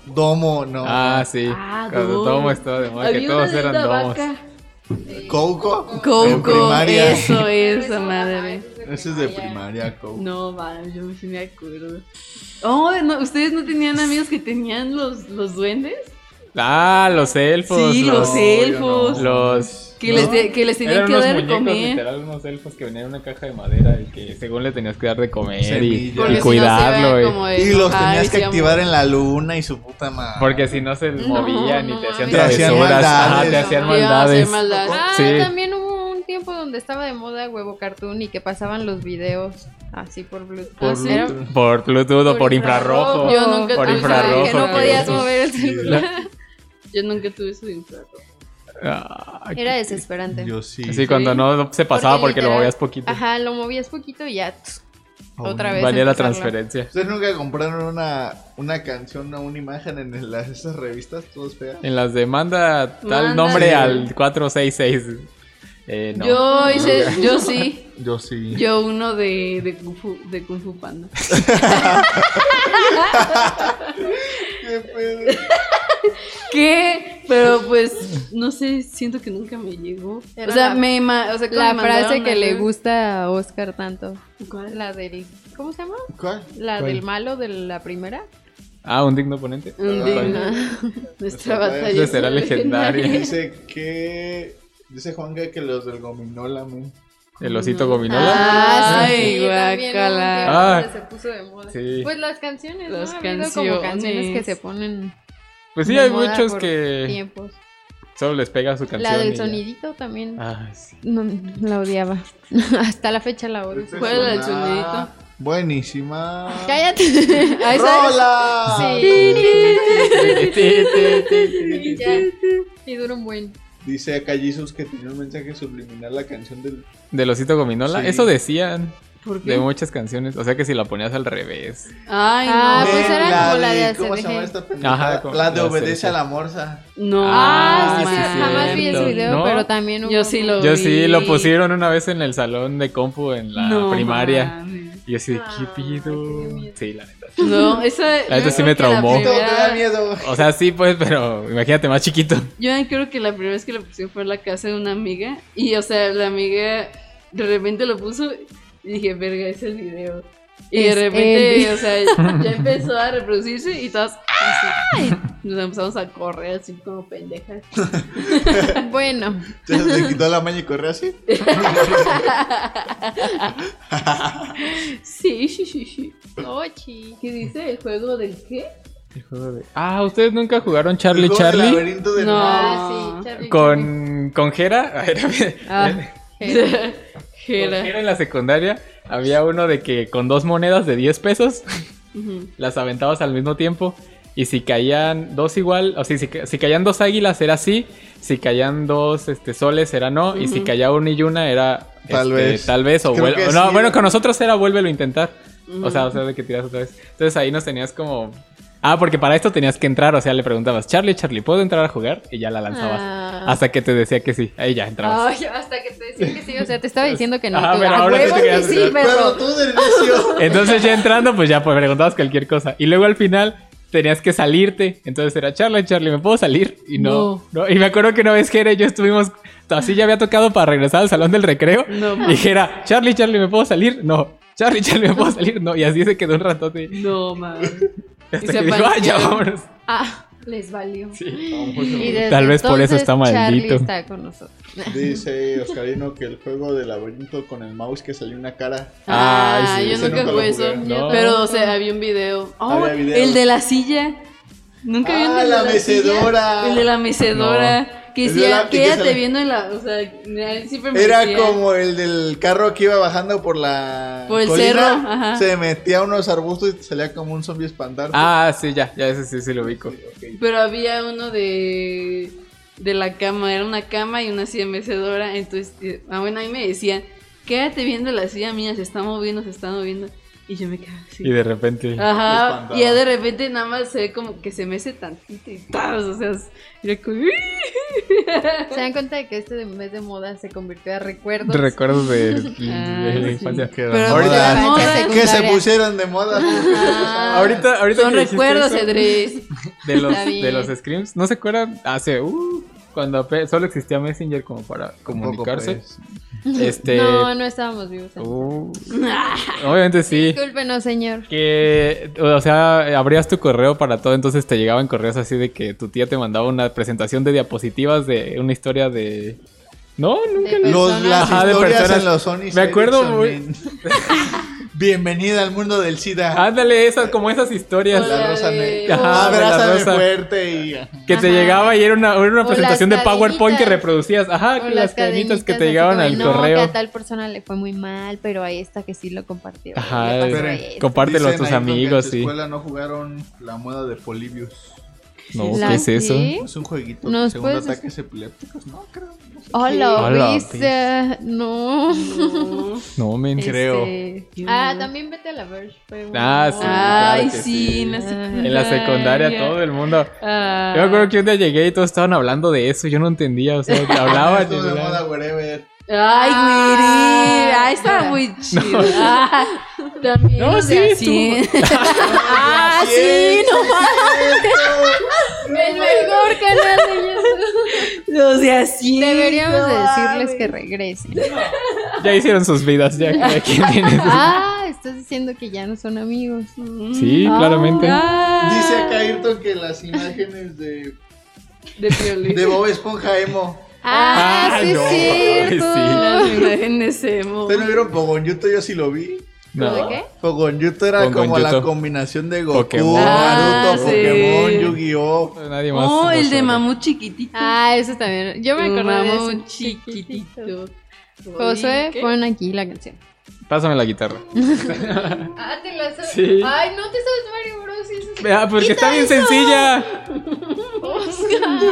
Speaker 2: como-
Speaker 3: Domo, no.
Speaker 1: Ah, sí.
Speaker 4: Ah,
Speaker 1: Cuando
Speaker 4: domo.
Speaker 1: Domo estaba de moda, que
Speaker 4: Había una
Speaker 1: todos
Speaker 4: de
Speaker 1: eran
Speaker 4: una
Speaker 1: domos.
Speaker 4: vaca.
Speaker 3: Coco. En
Speaker 4: Coco,
Speaker 1: (laughs)
Speaker 3: primaria.
Speaker 4: eso, esa
Speaker 2: Eso,
Speaker 4: madre.
Speaker 2: ajá,
Speaker 3: Ese es de primaria, Coco.
Speaker 4: No, va, yo sí me acuerdo. Oh, no, ¿ustedes no tenían amigos que tenían los, los duendes?
Speaker 1: Ah, los elfos.
Speaker 4: sí, los,
Speaker 3: no, yo
Speaker 4: elfos.
Speaker 3: no.
Speaker 1: Los.
Speaker 4: Que, les
Speaker 1: ¿no?
Speaker 4: te- que les tenían
Speaker 1: Eran
Speaker 4: que
Speaker 1: unos
Speaker 4: dar de
Speaker 1: muñecos,
Speaker 4: comer.
Speaker 1: literal, unos elfos que venían en una caja de madera y que según le tenías que dar de comer y,
Speaker 3: Semillas.
Speaker 1: y
Speaker 3: Porque si no se
Speaker 1: cuidarlo. y-
Speaker 3: Y los tenías que activar en la luna y su puta madre.
Speaker 1: Porque si no se
Speaker 2: No,
Speaker 1: movían y
Speaker 2: no
Speaker 1: te hacían
Speaker 2: mames.
Speaker 3: Te hacían
Speaker 1: travesuras. Ajá,
Speaker 3: maldades.
Speaker 1: te hacían
Speaker 2: Te
Speaker 4: iban a hacer
Speaker 1: maldades.
Speaker 4: maldades.
Speaker 2: Ah,
Speaker 1: Sí.
Speaker 2: también hubo un tiempo donde estaba de moda huevo cartoon y que pasaban los videos así por Bluetooth.
Speaker 3: Por
Speaker 2: Ah, sí, era-
Speaker 3: Bluetooth.
Speaker 1: Por Bluetooth o por infrarrojo.
Speaker 4: Yo nunca
Speaker 1: Por
Speaker 4: tuve
Speaker 1: infrarrojo,
Speaker 4: esa-
Speaker 2: Que no
Speaker 1: que
Speaker 2: podías
Speaker 1: eso-
Speaker 2: mover el
Speaker 3: Sí,
Speaker 2: celular.
Speaker 4: Yo nunca tuve eso de infrarrojo.
Speaker 1: Ah,
Speaker 2: Era desesperante.
Speaker 3: Yo sí.
Speaker 1: Sí, cuando no no se pasaba porque, lo
Speaker 2: literal-
Speaker 1: movías poquito.
Speaker 2: Ajá, lo movías poquito y ya. tss,
Speaker 3: Oh,
Speaker 2: otra
Speaker 3: no.
Speaker 2: vez.
Speaker 1: Valía la
Speaker 2: empezarlo.
Speaker 1: transferencia.
Speaker 3: ¿Ustedes nunca compraron una, una canción o una imagen en las, esas revistas todas feas?
Speaker 1: En las demanda tal
Speaker 4: Manda-
Speaker 1: nombre
Speaker 3: Sí.
Speaker 1: al 466. Eh, no.
Speaker 4: Yo hice, yo sí.
Speaker 3: Yo sí.
Speaker 4: Yo uno de, de, Kung, Fu, de Kung Fu Panda.
Speaker 3: ¿Qué pedo?
Speaker 4: ¿Qué? Pero pues, no sé, siento que nunca me llegó.
Speaker 2: Era
Speaker 4: o sea,
Speaker 2: la-
Speaker 4: me ma- o sea, que
Speaker 2: La
Speaker 4: me
Speaker 2: frase
Speaker 4: mandaron
Speaker 2: que
Speaker 4: a
Speaker 2: le
Speaker 4: ver-
Speaker 2: gusta a Oscar tanto.
Speaker 4: ¿Cuál?
Speaker 2: La del. ¿Cómo se llama?
Speaker 3: ¿Cuál?
Speaker 2: La
Speaker 1: ¿Cuál?
Speaker 2: del malo de la primera.
Speaker 1: Ah, un digno oponente.
Speaker 4: Indigna.
Speaker 3: Nuestra
Speaker 4: (laughs) Nuestra
Speaker 3: batalla
Speaker 4: batalla
Speaker 1: será legendaria.
Speaker 3: Dice que. Dice Juanga que los del Gominola, men.
Speaker 1: El osito
Speaker 2: Mm.
Speaker 4: No.
Speaker 1: gominola.
Speaker 4: Ay,
Speaker 2: Ah, también hubo un
Speaker 4: Ah, guácala.
Speaker 2: tiempo donde
Speaker 1: Ah.
Speaker 2: se puso de moda.
Speaker 1: Sí.
Speaker 2: Pues las canciones, ¿no?
Speaker 4: Las
Speaker 2: Ha habido como canciones que
Speaker 4: canciones.
Speaker 2: se ponen
Speaker 1: pues sí,
Speaker 2: de
Speaker 1: hay
Speaker 2: moda
Speaker 1: muchos
Speaker 2: por
Speaker 1: que
Speaker 2: tiempos.
Speaker 1: solo les pega su canción.
Speaker 2: La
Speaker 1: y
Speaker 2: del
Speaker 1: ya.
Speaker 2: sonidito también.
Speaker 1: Ah, sí. (laughs)
Speaker 2: No, la odiaba. (laughs) Hasta la fecha la odio.
Speaker 3: Esta es
Speaker 4: ¿Cuál era el
Speaker 3: una
Speaker 4: sonidito?
Speaker 3: Buenísima.
Speaker 2: Cállate. (laughs) Ahí sabes.
Speaker 3: ¡Rola!
Speaker 2: Y ya. Y dura un buen.
Speaker 3: Dice acá Jesus que tenía un mensaje subliminal la canción del.
Speaker 1: Del osito gominola.
Speaker 3: Sí.
Speaker 1: Eso decían
Speaker 4: ¿Por
Speaker 1: de
Speaker 4: qué?
Speaker 1: muchas canciones. O sea que si la ponías al revés.
Speaker 4: Ay, no.
Speaker 2: Ah,
Speaker 3: De
Speaker 2: pues era como la de
Speaker 3: ¿Cómo se
Speaker 2: ACDG?
Speaker 3: llama esta pendeja?
Speaker 1: Ajá, como-
Speaker 3: La de
Speaker 1: la ACDG.
Speaker 3: Obedece a la Morsa.
Speaker 4: No.
Speaker 1: Ah,
Speaker 2: Ah,
Speaker 1: sí,
Speaker 2: sí,
Speaker 1: sí,
Speaker 2: jamás vi
Speaker 1: cierto.
Speaker 2: ese video,
Speaker 1: No.
Speaker 2: pero también hubo.
Speaker 4: Yo sí lo
Speaker 1: Yo sí lo
Speaker 4: vi.
Speaker 1: pusieron una vez en el salón de compu en la
Speaker 4: No,
Speaker 1: primaria.
Speaker 4: mames.
Speaker 1: Y yo así, de, ¿qué
Speaker 2: Ah, Ay, qué
Speaker 1: pido?
Speaker 2: miedo.
Speaker 1: Sí, la neta.
Speaker 4: No, esa.
Speaker 1: La neta
Speaker 4: yo
Speaker 1: Ah, sí me
Speaker 4: creo que la
Speaker 1: traumó.
Speaker 3: Todo te da
Speaker 4: primera-
Speaker 3: miedo.
Speaker 1: O sea, sí, pues, pero imagínate más chiquito.
Speaker 4: Yo creo que la primera vez que lo puse fue en la casa de una amiga. Y, o sea, la amiga de repente lo puso y dije, verga, es el video. Y de
Speaker 2: Es
Speaker 4: repente,
Speaker 2: el
Speaker 4: o sea,
Speaker 2: (laughs)
Speaker 4: ya empezó a reproducirse y todas. ¡Ay! Nos empezamos a correr así como pendejas.
Speaker 2: Bueno,
Speaker 3: Se le quitó la maña y corrió así.
Speaker 4: Sí, sí, sí, sí.
Speaker 2: Ochi.
Speaker 4: ¿Qué dice? ¿El juego del
Speaker 2: (laughs)
Speaker 4: qué?
Speaker 1: Ah, ¿ustedes nunca jugaron Charlie
Speaker 3: El juego del
Speaker 1: Charlie?
Speaker 3: laberinto del
Speaker 4: No.
Speaker 3: mar.
Speaker 2: Ah, sí, Charlie.
Speaker 1: Con, con Jera. (laughs)
Speaker 4: Ah.
Speaker 2: Charlie.
Speaker 1: Con
Speaker 4: Jera.
Speaker 1: Jera en la secundaria había uno de que con dos monedas de 10 pesos
Speaker 4: Ujú.
Speaker 1: las aventabas al mismo tiempo. Y si caían dos igual, o sea, si, ca- si caían dos águilas era sí, si caían dos este, soles era no, y si
Speaker 4: Ujú.
Speaker 1: caía uno y una era
Speaker 3: Tal
Speaker 1: este,
Speaker 3: vez.
Speaker 1: Tal vez, o
Speaker 3: Creo
Speaker 1: vuel-
Speaker 3: que
Speaker 1: o no,
Speaker 3: sí.
Speaker 1: bueno, con nosotros era vuélvelo a intentar. O sea, o
Speaker 4: Ujú.
Speaker 1: sea, de que tiras otra vez. Entonces ahí nos tenías como. Ah, porque para esto tenías que entrar, o sea, le preguntabas, Charlie, Charlie, ¿puedo entrar a jugar? Y ya la lanzabas.
Speaker 2: Ah.
Speaker 1: Hasta que te decía que sí. Ahí ya entrabas.
Speaker 2: Ay, hasta que te decía que sí, o sea, te
Speaker 1: (laughs)
Speaker 2: estaba diciendo que no.
Speaker 1: Ah,
Speaker 2: tú,
Speaker 1: pero
Speaker 2: "A
Speaker 1: ahora sí
Speaker 2: huevo
Speaker 1: te
Speaker 2: que
Speaker 1: quedas
Speaker 2: sí,
Speaker 1: atrás".
Speaker 2: perro".
Speaker 3: Pero tú del inicio. (laughs)
Speaker 1: Entonces ya entrando, pues ya pues, preguntabas cualquier cosa. Y luego al final tenías que salirte. Entonces era Charlie, Charlie, ¿me puedo salir? Y no. no. Y me acuerdo que una vez Jera y yo estuvimos. Así ya había tocado para regresar al salón del recreo. (laughs)
Speaker 4: No,
Speaker 1: Y Jera, Charlie, Charlie, ¿me puedo salir? No. Charlie, Charlie, ¿me puedo salir? No. Y así se quedó un ratote.
Speaker 4: no, mames.
Speaker 1: Hasta
Speaker 4: se
Speaker 1: que dijo, ah, ya
Speaker 4: apareció".
Speaker 1: vámonos.
Speaker 2: Ah, les valió.
Speaker 3: Sí.
Speaker 2: Y desde
Speaker 1: Tal vez por eso
Speaker 2: entonces,
Speaker 1: está maldito.
Speaker 2: Charlie está con nosotros.
Speaker 3: Dice Oscarino que el juego del laberinto con el mouse que salió una cara.
Speaker 1: Ay,
Speaker 4: Ah,
Speaker 1: sí,
Speaker 4: yo
Speaker 1: ese
Speaker 4: nunca
Speaker 3: nunca lo
Speaker 4: jugué
Speaker 3: jugué.
Speaker 4: eso.
Speaker 1: No.
Speaker 4: Pero, o sea, había un video. Oh,
Speaker 3: Había video.
Speaker 4: el de la silla. Nunca vi
Speaker 3: Ah,
Speaker 4: el de
Speaker 3: la
Speaker 4: la,
Speaker 3: mecedora.
Speaker 4: silla? El de la mecedora. Que
Speaker 3: El de la-
Speaker 4: decía,
Speaker 3: que
Speaker 4: quédate
Speaker 3: sale-
Speaker 4: viendo en la. O sea, a él siempre me
Speaker 3: Era
Speaker 4: decía,
Speaker 3: como el del carro que iba bajando por la.
Speaker 4: Por el
Speaker 3: colina,
Speaker 4: cerro, ajá.
Speaker 3: Se metía a unos arbustos y te salía como un zombie espantarte.
Speaker 1: Ah, sí, ya, ya ese sí, sí lo ubico.
Speaker 3: Ok.
Speaker 4: Pero había uno de. De la cama. Era una cama y una silla mecedora. Entonces, eh, ah, bueno, ahí me decían, quédate viendo la silla mía. Se está moviendo, se está moviendo. Y yo me quedaba así.
Speaker 1: Y de repente.
Speaker 4: Ah, Ajá,
Speaker 3: Espantado.
Speaker 4: y ya de repente nada más se ve como que se mece tantito y ¡tas! o sea, era como...
Speaker 2: ¿Se dan cuenta de que este de- mes de moda se convirtió a recuerdos? (laughs)
Speaker 1: Recuerdos de, de
Speaker 4: Ah,
Speaker 1: la
Speaker 4: sí.
Speaker 1: infancia.
Speaker 3: Que,
Speaker 4: Pero
Speaker 2: pues, la
Speaker 3: ahorita,
Speaker 2: moda-
Speaker 3: que se
Speaker 2: secundaria.
Speaker 3: pusieron de moda.
Speaker 4: Ajá.
Speaker 1: (laughs) Ahorita, ahorita
Speaker 4: Son
Speaker 1: que dijiste
Speaker 4: recuerdos,
Speaker 1: eso,
Speaker 4: Edris.
Speaker 1: de los
Speaker 2: Está bien.
Speaker 1: de los screams. ¿No se acuerdan? Hace uh, cuando ape- solo existía Messenger como para comunicarse.
Speaker 3: Poco,
Speaker 1: Este
Speaker 2: No, no estábamos vivos.
Speaker 1: uh, obviamente sí.
Speaker 2: Discúlpenos, señor.
Speaker 1: Que, o sea, abrías tu correo para todo, entonces te llegaban correos así de que tu tía te mandaba una presentación de diapositivas de una historia de... No, nunca.
Speaker 2: De-
Speaker 1: lo-
Speaker 3: Los,
Speaker 2: Personas.
Speaker 3: las
Speaker 1: Ajá, de
Speaker 3: historias
Speaker 1: personas.
Speaker 3: en los Sony
Speaker 1: Me acuerdo
Speaker 3: Ericsson,
Speaker 1: muy-
Speaker 3: men. (laughs) Bienvenida al mundo del SIDA.
Speaker 1: Ándale, esas, como esas historias.
Speaker 4: Hola.
Speaker 3: la rosa
Speaker 4: de-
Speaker 1: Ah,
Speaker 3: negra.
Speaker 1: Ajá, la
Speaker 3: Abrázame
Speaker 1: rosa.
Speaker 3: fuerte y...
Speaker 1: Que te
Speaker 2: Ajá.
Speaker 1: llegaba y era una, era una
Speaker 2: O las
Speaker 1: presentación de
Speaker 2: cadenitas.
Speaker 1: PowerPoint que reproducías. Ajá,
Speaker 2: O
Speaker 1: que las cadenitas que te
Speaker 2: así
Speaker 1: llegaban
Speaker 2: como,
Speaker 1: al
Speaker 2: no, que
Speaker 1: correo.
Speaker 2: a tal persona le fue muy mal, pero a esta que sí lo compartió.
Speaker 1: Ajá,
Speaker 2: le pasó
Speaker 3: pero-
Speaker 2: esto.
Speaker 1: Compártelo a
Speaker 3: Dicen
Speaker 1: tus
Speaker 3: ahí, creo que
Speaker 1: amigos,
Speaker 3: En tu
Speaker 1: sí.
Speaker 3: escuela no jugaron la moda de Polybius.
Speaker 1: No,
Speaker 2: La-
Speaker 1: ¿qué es eso?
Speaker 2: ¿sí?
Speaker 3: Es un jueguito.
Speaker 2: ¿Nos
Speaker 3: Según
Speaker 2: puedes- Oh,
Speaker 3: ataques epilépticos, no creo. no sé.
Speaker 2: Hola,
Speaker 1: Hola,
Speaker 2: viste. No.
Speaker 4: No.
Speaker 1: No, men.
Speaker 2: Este,
Speaker 4: Creo.
Speaker 2: Ah, también vete a la Verge. fue una
Speaker 1: Ah, sí.
Speaker 2: moda.
Speaker 1: claro
Speaker 4: Ay,
Speaker 1: que
Speaker 4: sí, Ah.
Speaker 1: sí.
Speaker 4: en la secundaria.
Speaker 1: En la secundaria todo el mundo.
Speaker 4: Ah.
Speaker 1: Yo me acuerdo que un día llegué y todos estaban hablando de eso. Yo no entendía, o sea, que hablaban.
Speaker 3: Esto de
Speaker 1: y-
Speaker 3: moda wherever.
Speaker 4: Ay, güey.
Speaker 2: Ah.
Speaker 4: Ay, estaba muy chido. Ah, también.
Speaker 1: No,
Speaker 4: los
Speaker 1: sí,
Speaker 4: de
Speaker 1: estuvo- (laughs)
Speaker 4: (laughs) así. ah, sí, no
Speaker 3: (laughs)
Speaker 2: El mejor canal de (laughs) YouTube.
Speaker 4: Los de así.
Speaker 2: Deberíamos
Speaker 4: no
Speaker 2: de decirles
Speaker 4: mames.
Speaker 2: que regresen.
Speaker 1: (laughs) Ya hicieron sus vidas, ya cada quien tiene su-
Speaker 2: Ah, estás diciendo que ya no son amigos.
Speaker 1: Sí, claramente.
Speaker 4: Ah.
Speaker 3: Dice acá Ayrton que las imágenes de,
Speaker 4: De Piolín.
Speaker 3: de Bob Esponja emo.
Speaker 2: Ah,
Speaker 1: Ah,
Speaker 2: sí
Speaker 1: no,
Speaker 2: es
Speaker 1: sí.
Speaker 2: cierto.
Speaker 4: Las imágenes emo.
Speaker 3: ¿Ustedes no vieron Pogonuto? Yo sí lo vi.
Speaker 1: No.
Speaker 2: ¿De qué?
Speaker 3: Pogonuto era como
Speaker 1: Pogonuto.
Speaker 3: la combinación de Goku,
Speaker 1: Pokémon.
Speaker 3: Naruto,
Speaker 1: Ah, sí.
Speaker 3: Pokémon, Yu-Gi-Oh.
Speaker 1: Nadie más.
Speaker 4: Oh,
Speaker 1: lo
Speaker 4: el
Speaker 1: sabe.
Speaker 4: de mamut chiquitito.
Speaker 2: Ah, eso también. Yo me acordé de eso.
Speaker 4: mamut chiquitito.
Speaker 2: Josué,
Speaker 4: ¿Qué?
Speaker 2: pon aquí la canción.
Speaker 1: Pásame la guitarra.
Speaker 2: Ah, te la sabes.
Speaker 1: Sí.
Speaker 2: Ay, no te sabes Mario Bros. y eso sí.
Speaker 1: Ah, porque está bien sencilla.
Speaker 2: Oscar.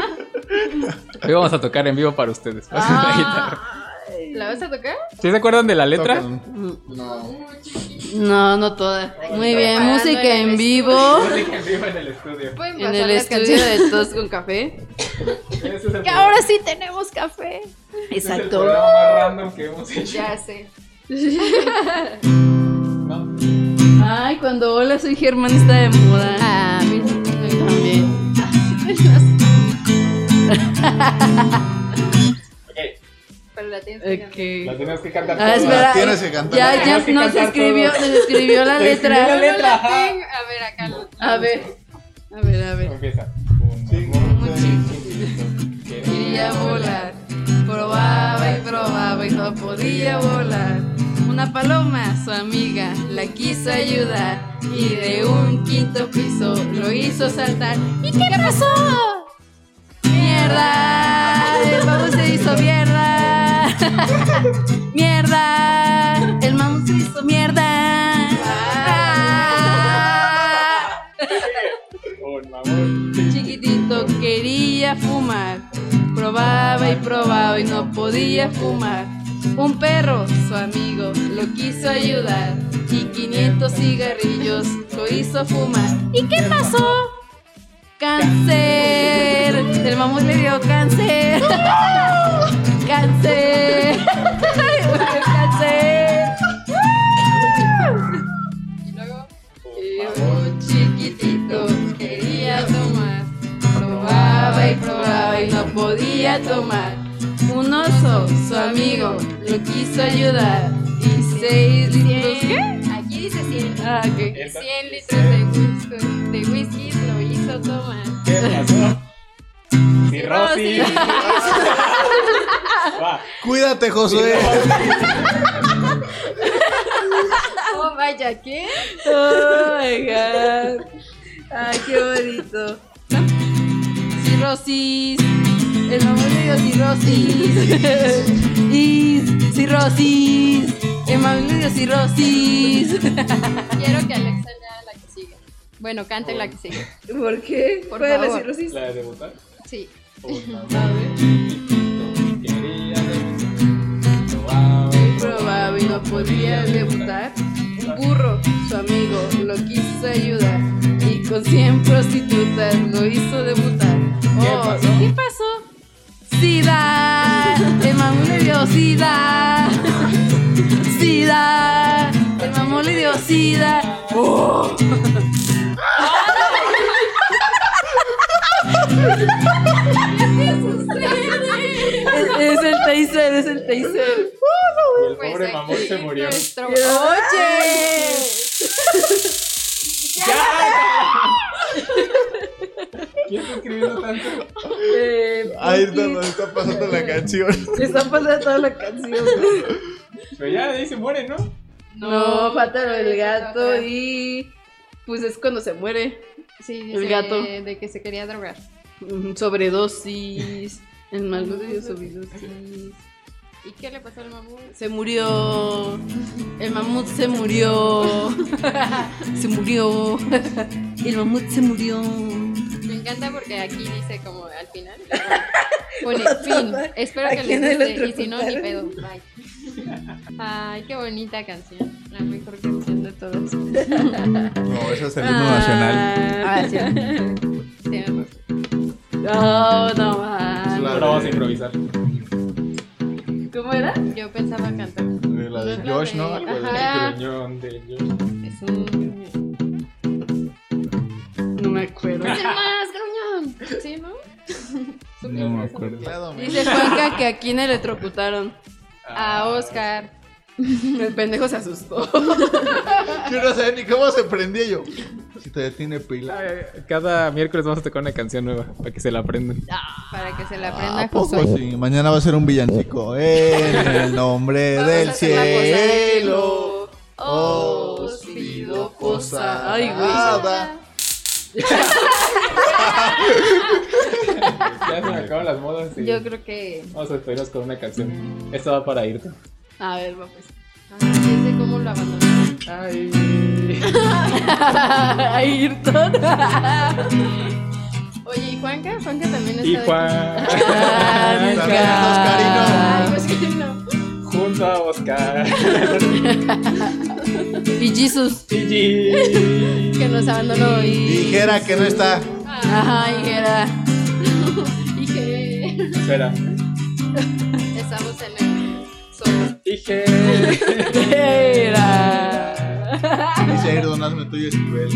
Speaker 1: Hoy vamos a tocar en vivo para ustedes. Pásame la guitarra.
Speaker 2: ¿La vas a tocar?
Speaker 1: ¿Sí se acuerdan de la letra?
Speaker 3: Tocan. No.
Speaker 4: No, no toda. Muy bien,
Speaker 2: Parando
Speaker 4: música
Speaker 2: en el
Speaker 4: en vivo.
Speaker 1: en vivo en el estudio.
Speaker 2: Pueden
Speaker 4: En
Speaker 2: pasar
Speaker 4: el
Speaker 2: las
Speaker 4: estudio
Speaker 2: canciones.
Speaker 4: de Todos con Café.
Speaker 2: (laughs) Que ahora sí tenemos café.
Speaker 4: (laughs) Exacto.
Speaker 1: más random que hemos hecho.
Speaker 2: Ya sé.
Speaker 4: Ay, cuando hola soy Germán está de moda.
Speaker 2: Ah, mira.
Speaker 4: También.
Speaker 2: Pero la tienes que cantar.
Speaker 1: La
Speaker 4: Ok.
Speaker 1: tenemos que cantar.
Speaker 4: Ah,
Speaker 1: todos.
Speaker 4: espera.
Speaker 3: Tienes que cantar.
Speaker 4: Ya, ya
Speaker 1: Tenemos que
Speaker 4: nos
Speaker 1: cantar
Speaker 4: escribió,
Speaker 1: todos.
Speaker 4: nos escribió (laughs) la
Speaker 1: Te escribió la
Speaker 4: letra.
Speaker 1: letra.
Speaker 2: Yo la
Speaker 1: ajá.
Speaker 2: tengo. A ver, acá. la-
Speaker 4: A ver. A ver, a ver.
Speaker 1: Empieza.
Speaker 3: Sí,
Speaker 4: Quería volar, probaba y probaba y no podía volar. Una paloma, su amiga, la quiso ayudar y de un quinto piso lo hizo saltar. ¿Y qué pasó? Mierda, el mamut se hizo mierda. (laughs) Mierda, el mamut se hizo mierda. (laughs) Chiquitito quería fumar, probaba y probaba y no podía fumar. Un perro, su amigo, lo quiso ayudar y 500 cigarrillos lo hizo fumar. ¿Y qué pasó? Cáncer. El mamut le dio (laughs) cáncer. Cáncer. Le dio (laughs) cáncer. Yo eh, chiquitito quería tomar, probaba y probaba y no podía tomar. Un oso, su amigo, lo quiso ayudar y seis litros. ¿Qué?
Speaker 2: Aquí dice 100.
Speaker 4: Ah, ok.
Speaker 2: 100 litros de whisky, de whisky lo hizo tomar.
Speaker 1: ¿Qué pasó? Sí, Rosy. Va.
Speaker 3: Cuídate, Josué.
Speaker 2: Oh, vaya, ¿qué?
Speaker 4: Oh my god. Ay, qué bonito. Cirrosis. El mamut le dio cirrosis. Y cirrosis. El mamut le dio cirrosis.
Speaker 2: Quiero que Alexa lea la que sigue. Bueno, cante la que sigue.
Speaker 4: ¿Por qué?
Speaker 2: Por
Speaker 4: ¿Puede
Speaker 2: favor.
Speaker 4: decirlo así?
Speaker 1: ¿La de debutar?
Speaker 2: Sí.
Speaker 1: Quería debutar.
Speaker 4: Probaba y no podía debutar. Un burro, su amigo, lo quiso ayudar y con 100 prostitutas lo hizo debutar.
Speaker 1: ¿Qué
Speaker 4: Oh,
Speaker 1: pasó?
Speaker 4: ¿Qué pasó? Sida, el mamón le dio sida. (laughs) Sida, el mamón le dio
Speaker 1: (laughs)
Speaker 4: sida. Es, es el taser, es el
Speaker 1: (laughs)
Speaker 4: taser.
Speaker 1: Y el
Speaker 2: Pues
Speaker 1: pobre
Speaker 2: aquí
Speaker 1: mamón se murió.
Speaker 2: nuestro-
Speaker 4: Oye.
Speaker 1: ¿Quién está escribiendo tanto?
Speaker 4: Eh,
Speaker 3: Ahí está
Speaker 4: Pinky,
Speaker 3: donde está pasando la canción.
Speaker 4: Está pasando toda la canción.
Speaker 1: Pero ya, de ahí se muere, ¿no?
Speaker 4: No, falta lo del gato y. Pues es cuando se muere.
Speaker 2: Sí,
Speaker 4: El
Speaker 2: dice
Speaker 4: gato.
Speaker 2: De que se quería drogar.
Speaker 4: Mm, Sobredosis. El mal de sobredosis.
Speaker 2: ¿Y qué le pasó al mamut?
Speaker 4: Se murió. El mamut se murió. Se murió. El mamut se murió.
Speaker 2: Me encanta porque aquí dice como al final.
Speaker 4: (laughs)
Speaker 2: Pone fin. Espero que
Speaker 4: ¿A
Speaker 2: les
Speaker 4: quién el
Speaker 2: guste.
Speaker 4: otro
Speaker 2: Y si no, ni pedo. Bye. Ay, qué bonita canción. La mejor canción de todas.
Speaker 3: No, eso es el himno nacional.
Speaker 4: Ah, sí.
Speaker 2: Sí, amor.
Speaker 4: No, Oh, no
Speaker 3: Es
Speaker 4: man.
Speaker 3: la-
Speaker 1: Ahora vamos a improvisar.
Speaker 4: ¿Cómo era?
Speaker 2: Yo pensaba cantar.
Speaker 3: De La de Josh, ¿no? Algo de-
Speaker 2: Ajá.
Speaker 1: Gruñón de Dios.
Speaker 2: Es un.
Speaker 4: No me
Speaker 3: (laughs)
Speaker 4: acuerdo.
Speaker 2: ¡Es el más gruñón! ¿Sí, no?
Speaker 3: No me acuerdo.
Speaker 4: Dice Juanca que aquí me electrocutaron.
Speaker 2: A Oscar.
Speaker 4: El pendejo se asustó.
Speaker 3: Yo no sabía ni cómo se prendía yo. Si todavía tiene pila.
Speaker 1: Cada miércoles vamos a tocar una canción nueva para que se la aprendan.
Speaker 2: Para que se la aprenda
Speaker 3: Ah, ¿A
Speaker 2: a
Speaker 3: poco
Speaker 2: Josué.
Speaker 3: sí? Mañana va a ser un villancico. En el nombre
Speaker 4: Vamos a
Speaker 3: del
Speaker 4: hacer la cosa del
Speaker 3: cielo.
Speaker 4: cielo.
Speaker 3: Oh,
Speaker 4: Os pido posada. Ay, güey.
Speaker 1: Ya se me acaban las modas. y
Speaker 2: Yo creo que.
Speaker 1: Vamos a despedirnos con una canción. Esta va para irte.
Speaker 4: A ver, va pues.
Speaker 2: Ah, sí sé cómo lo abandonó.
Speaker 1: Ay.
Speaker 4: (laughs) Ayrton.
Speaker 2: Oye, ¿y Juanca? Juanca también está.
Speaker 1: Y
Speaker 2: de-
Speaker 1: Juan.
Speaker 3: Oscarino.
Speaker 2: Ay, pues que no.
Speaker 1: Junto a Oscar.
Speaker 4: Y Jesus.
Speaker 1: Gigi.
Speaker 2: Que nos abandonó y.
Speaker 3: Dijera que no está.
Speaker 4: Ajá, (laughs) higuera.
Speaker 2: Y que.
Speaker 1: Espera.
Speaker 2: Estamos en el. sol.
Speaker 1: Dije.
Speaker 4: Higuera.
Speaker 3: Dice Ayrton, hazme tuyo, Esquivel.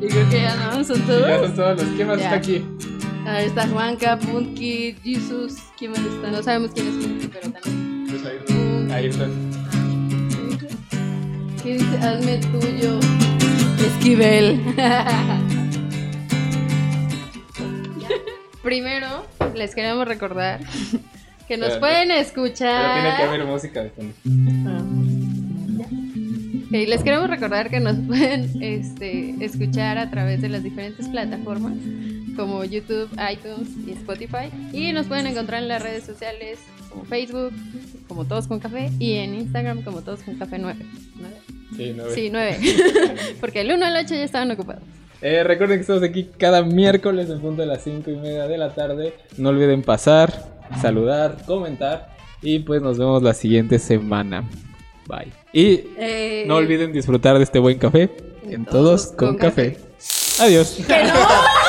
Speaker 4: Y creo que ya no son
Speaker 1: Ya
Speaker 4: todos.
Speaker 1: son todos los. ¿Quién más
Speaker 4: Ya.
Speaker 1: está aquí?
Speaker 4: Ahí está Juanca, Punky, Jesus. ¿Quién más está?
Speaker 2: No sabemos quién es Juanca, pero también.
Speaker 3: Pues Ayrton.
Speaker 1: Ayrton.
Speaker 4: ¿Qué dice? Hazme tuyo. Esquivel.
Speaker 2: (laughs) Primero, les queremos recordar que nos
Speaker 1: Espérate.
Speaker 2: pueden
Speaker 1: Pero tiene que
Speaker 2: escuchar.
Speaker 1: haber música de fondo.
Speaker 2: Ok, les queremos recordar que nos pueden este, escuchar a través de las diferentes plataformas como YouTube, iTunes y Spotify. Y nos pueden encontrar en las redes sociales como Facebook, como Todos con Café, y en Instagram como Todos con Café 9.
Speaker 1: Sí, no
Speaker 2: Sí, 9. Porque el 1 al 8 ya estaban ocupados.
Speaker 1: Eh, recuerden que estamos aquí cada miércoles en punto de las 5 y media de la tarde. No olviden pasar, saludar, comentar. Y pues nos vemos la siguiente semana. Bye. Y
Speaker 4: Eh,
Speaker 1: no olviden disfrutar de este buen café. En todos con café. Adiós.
Speaker 4: ¡Que no!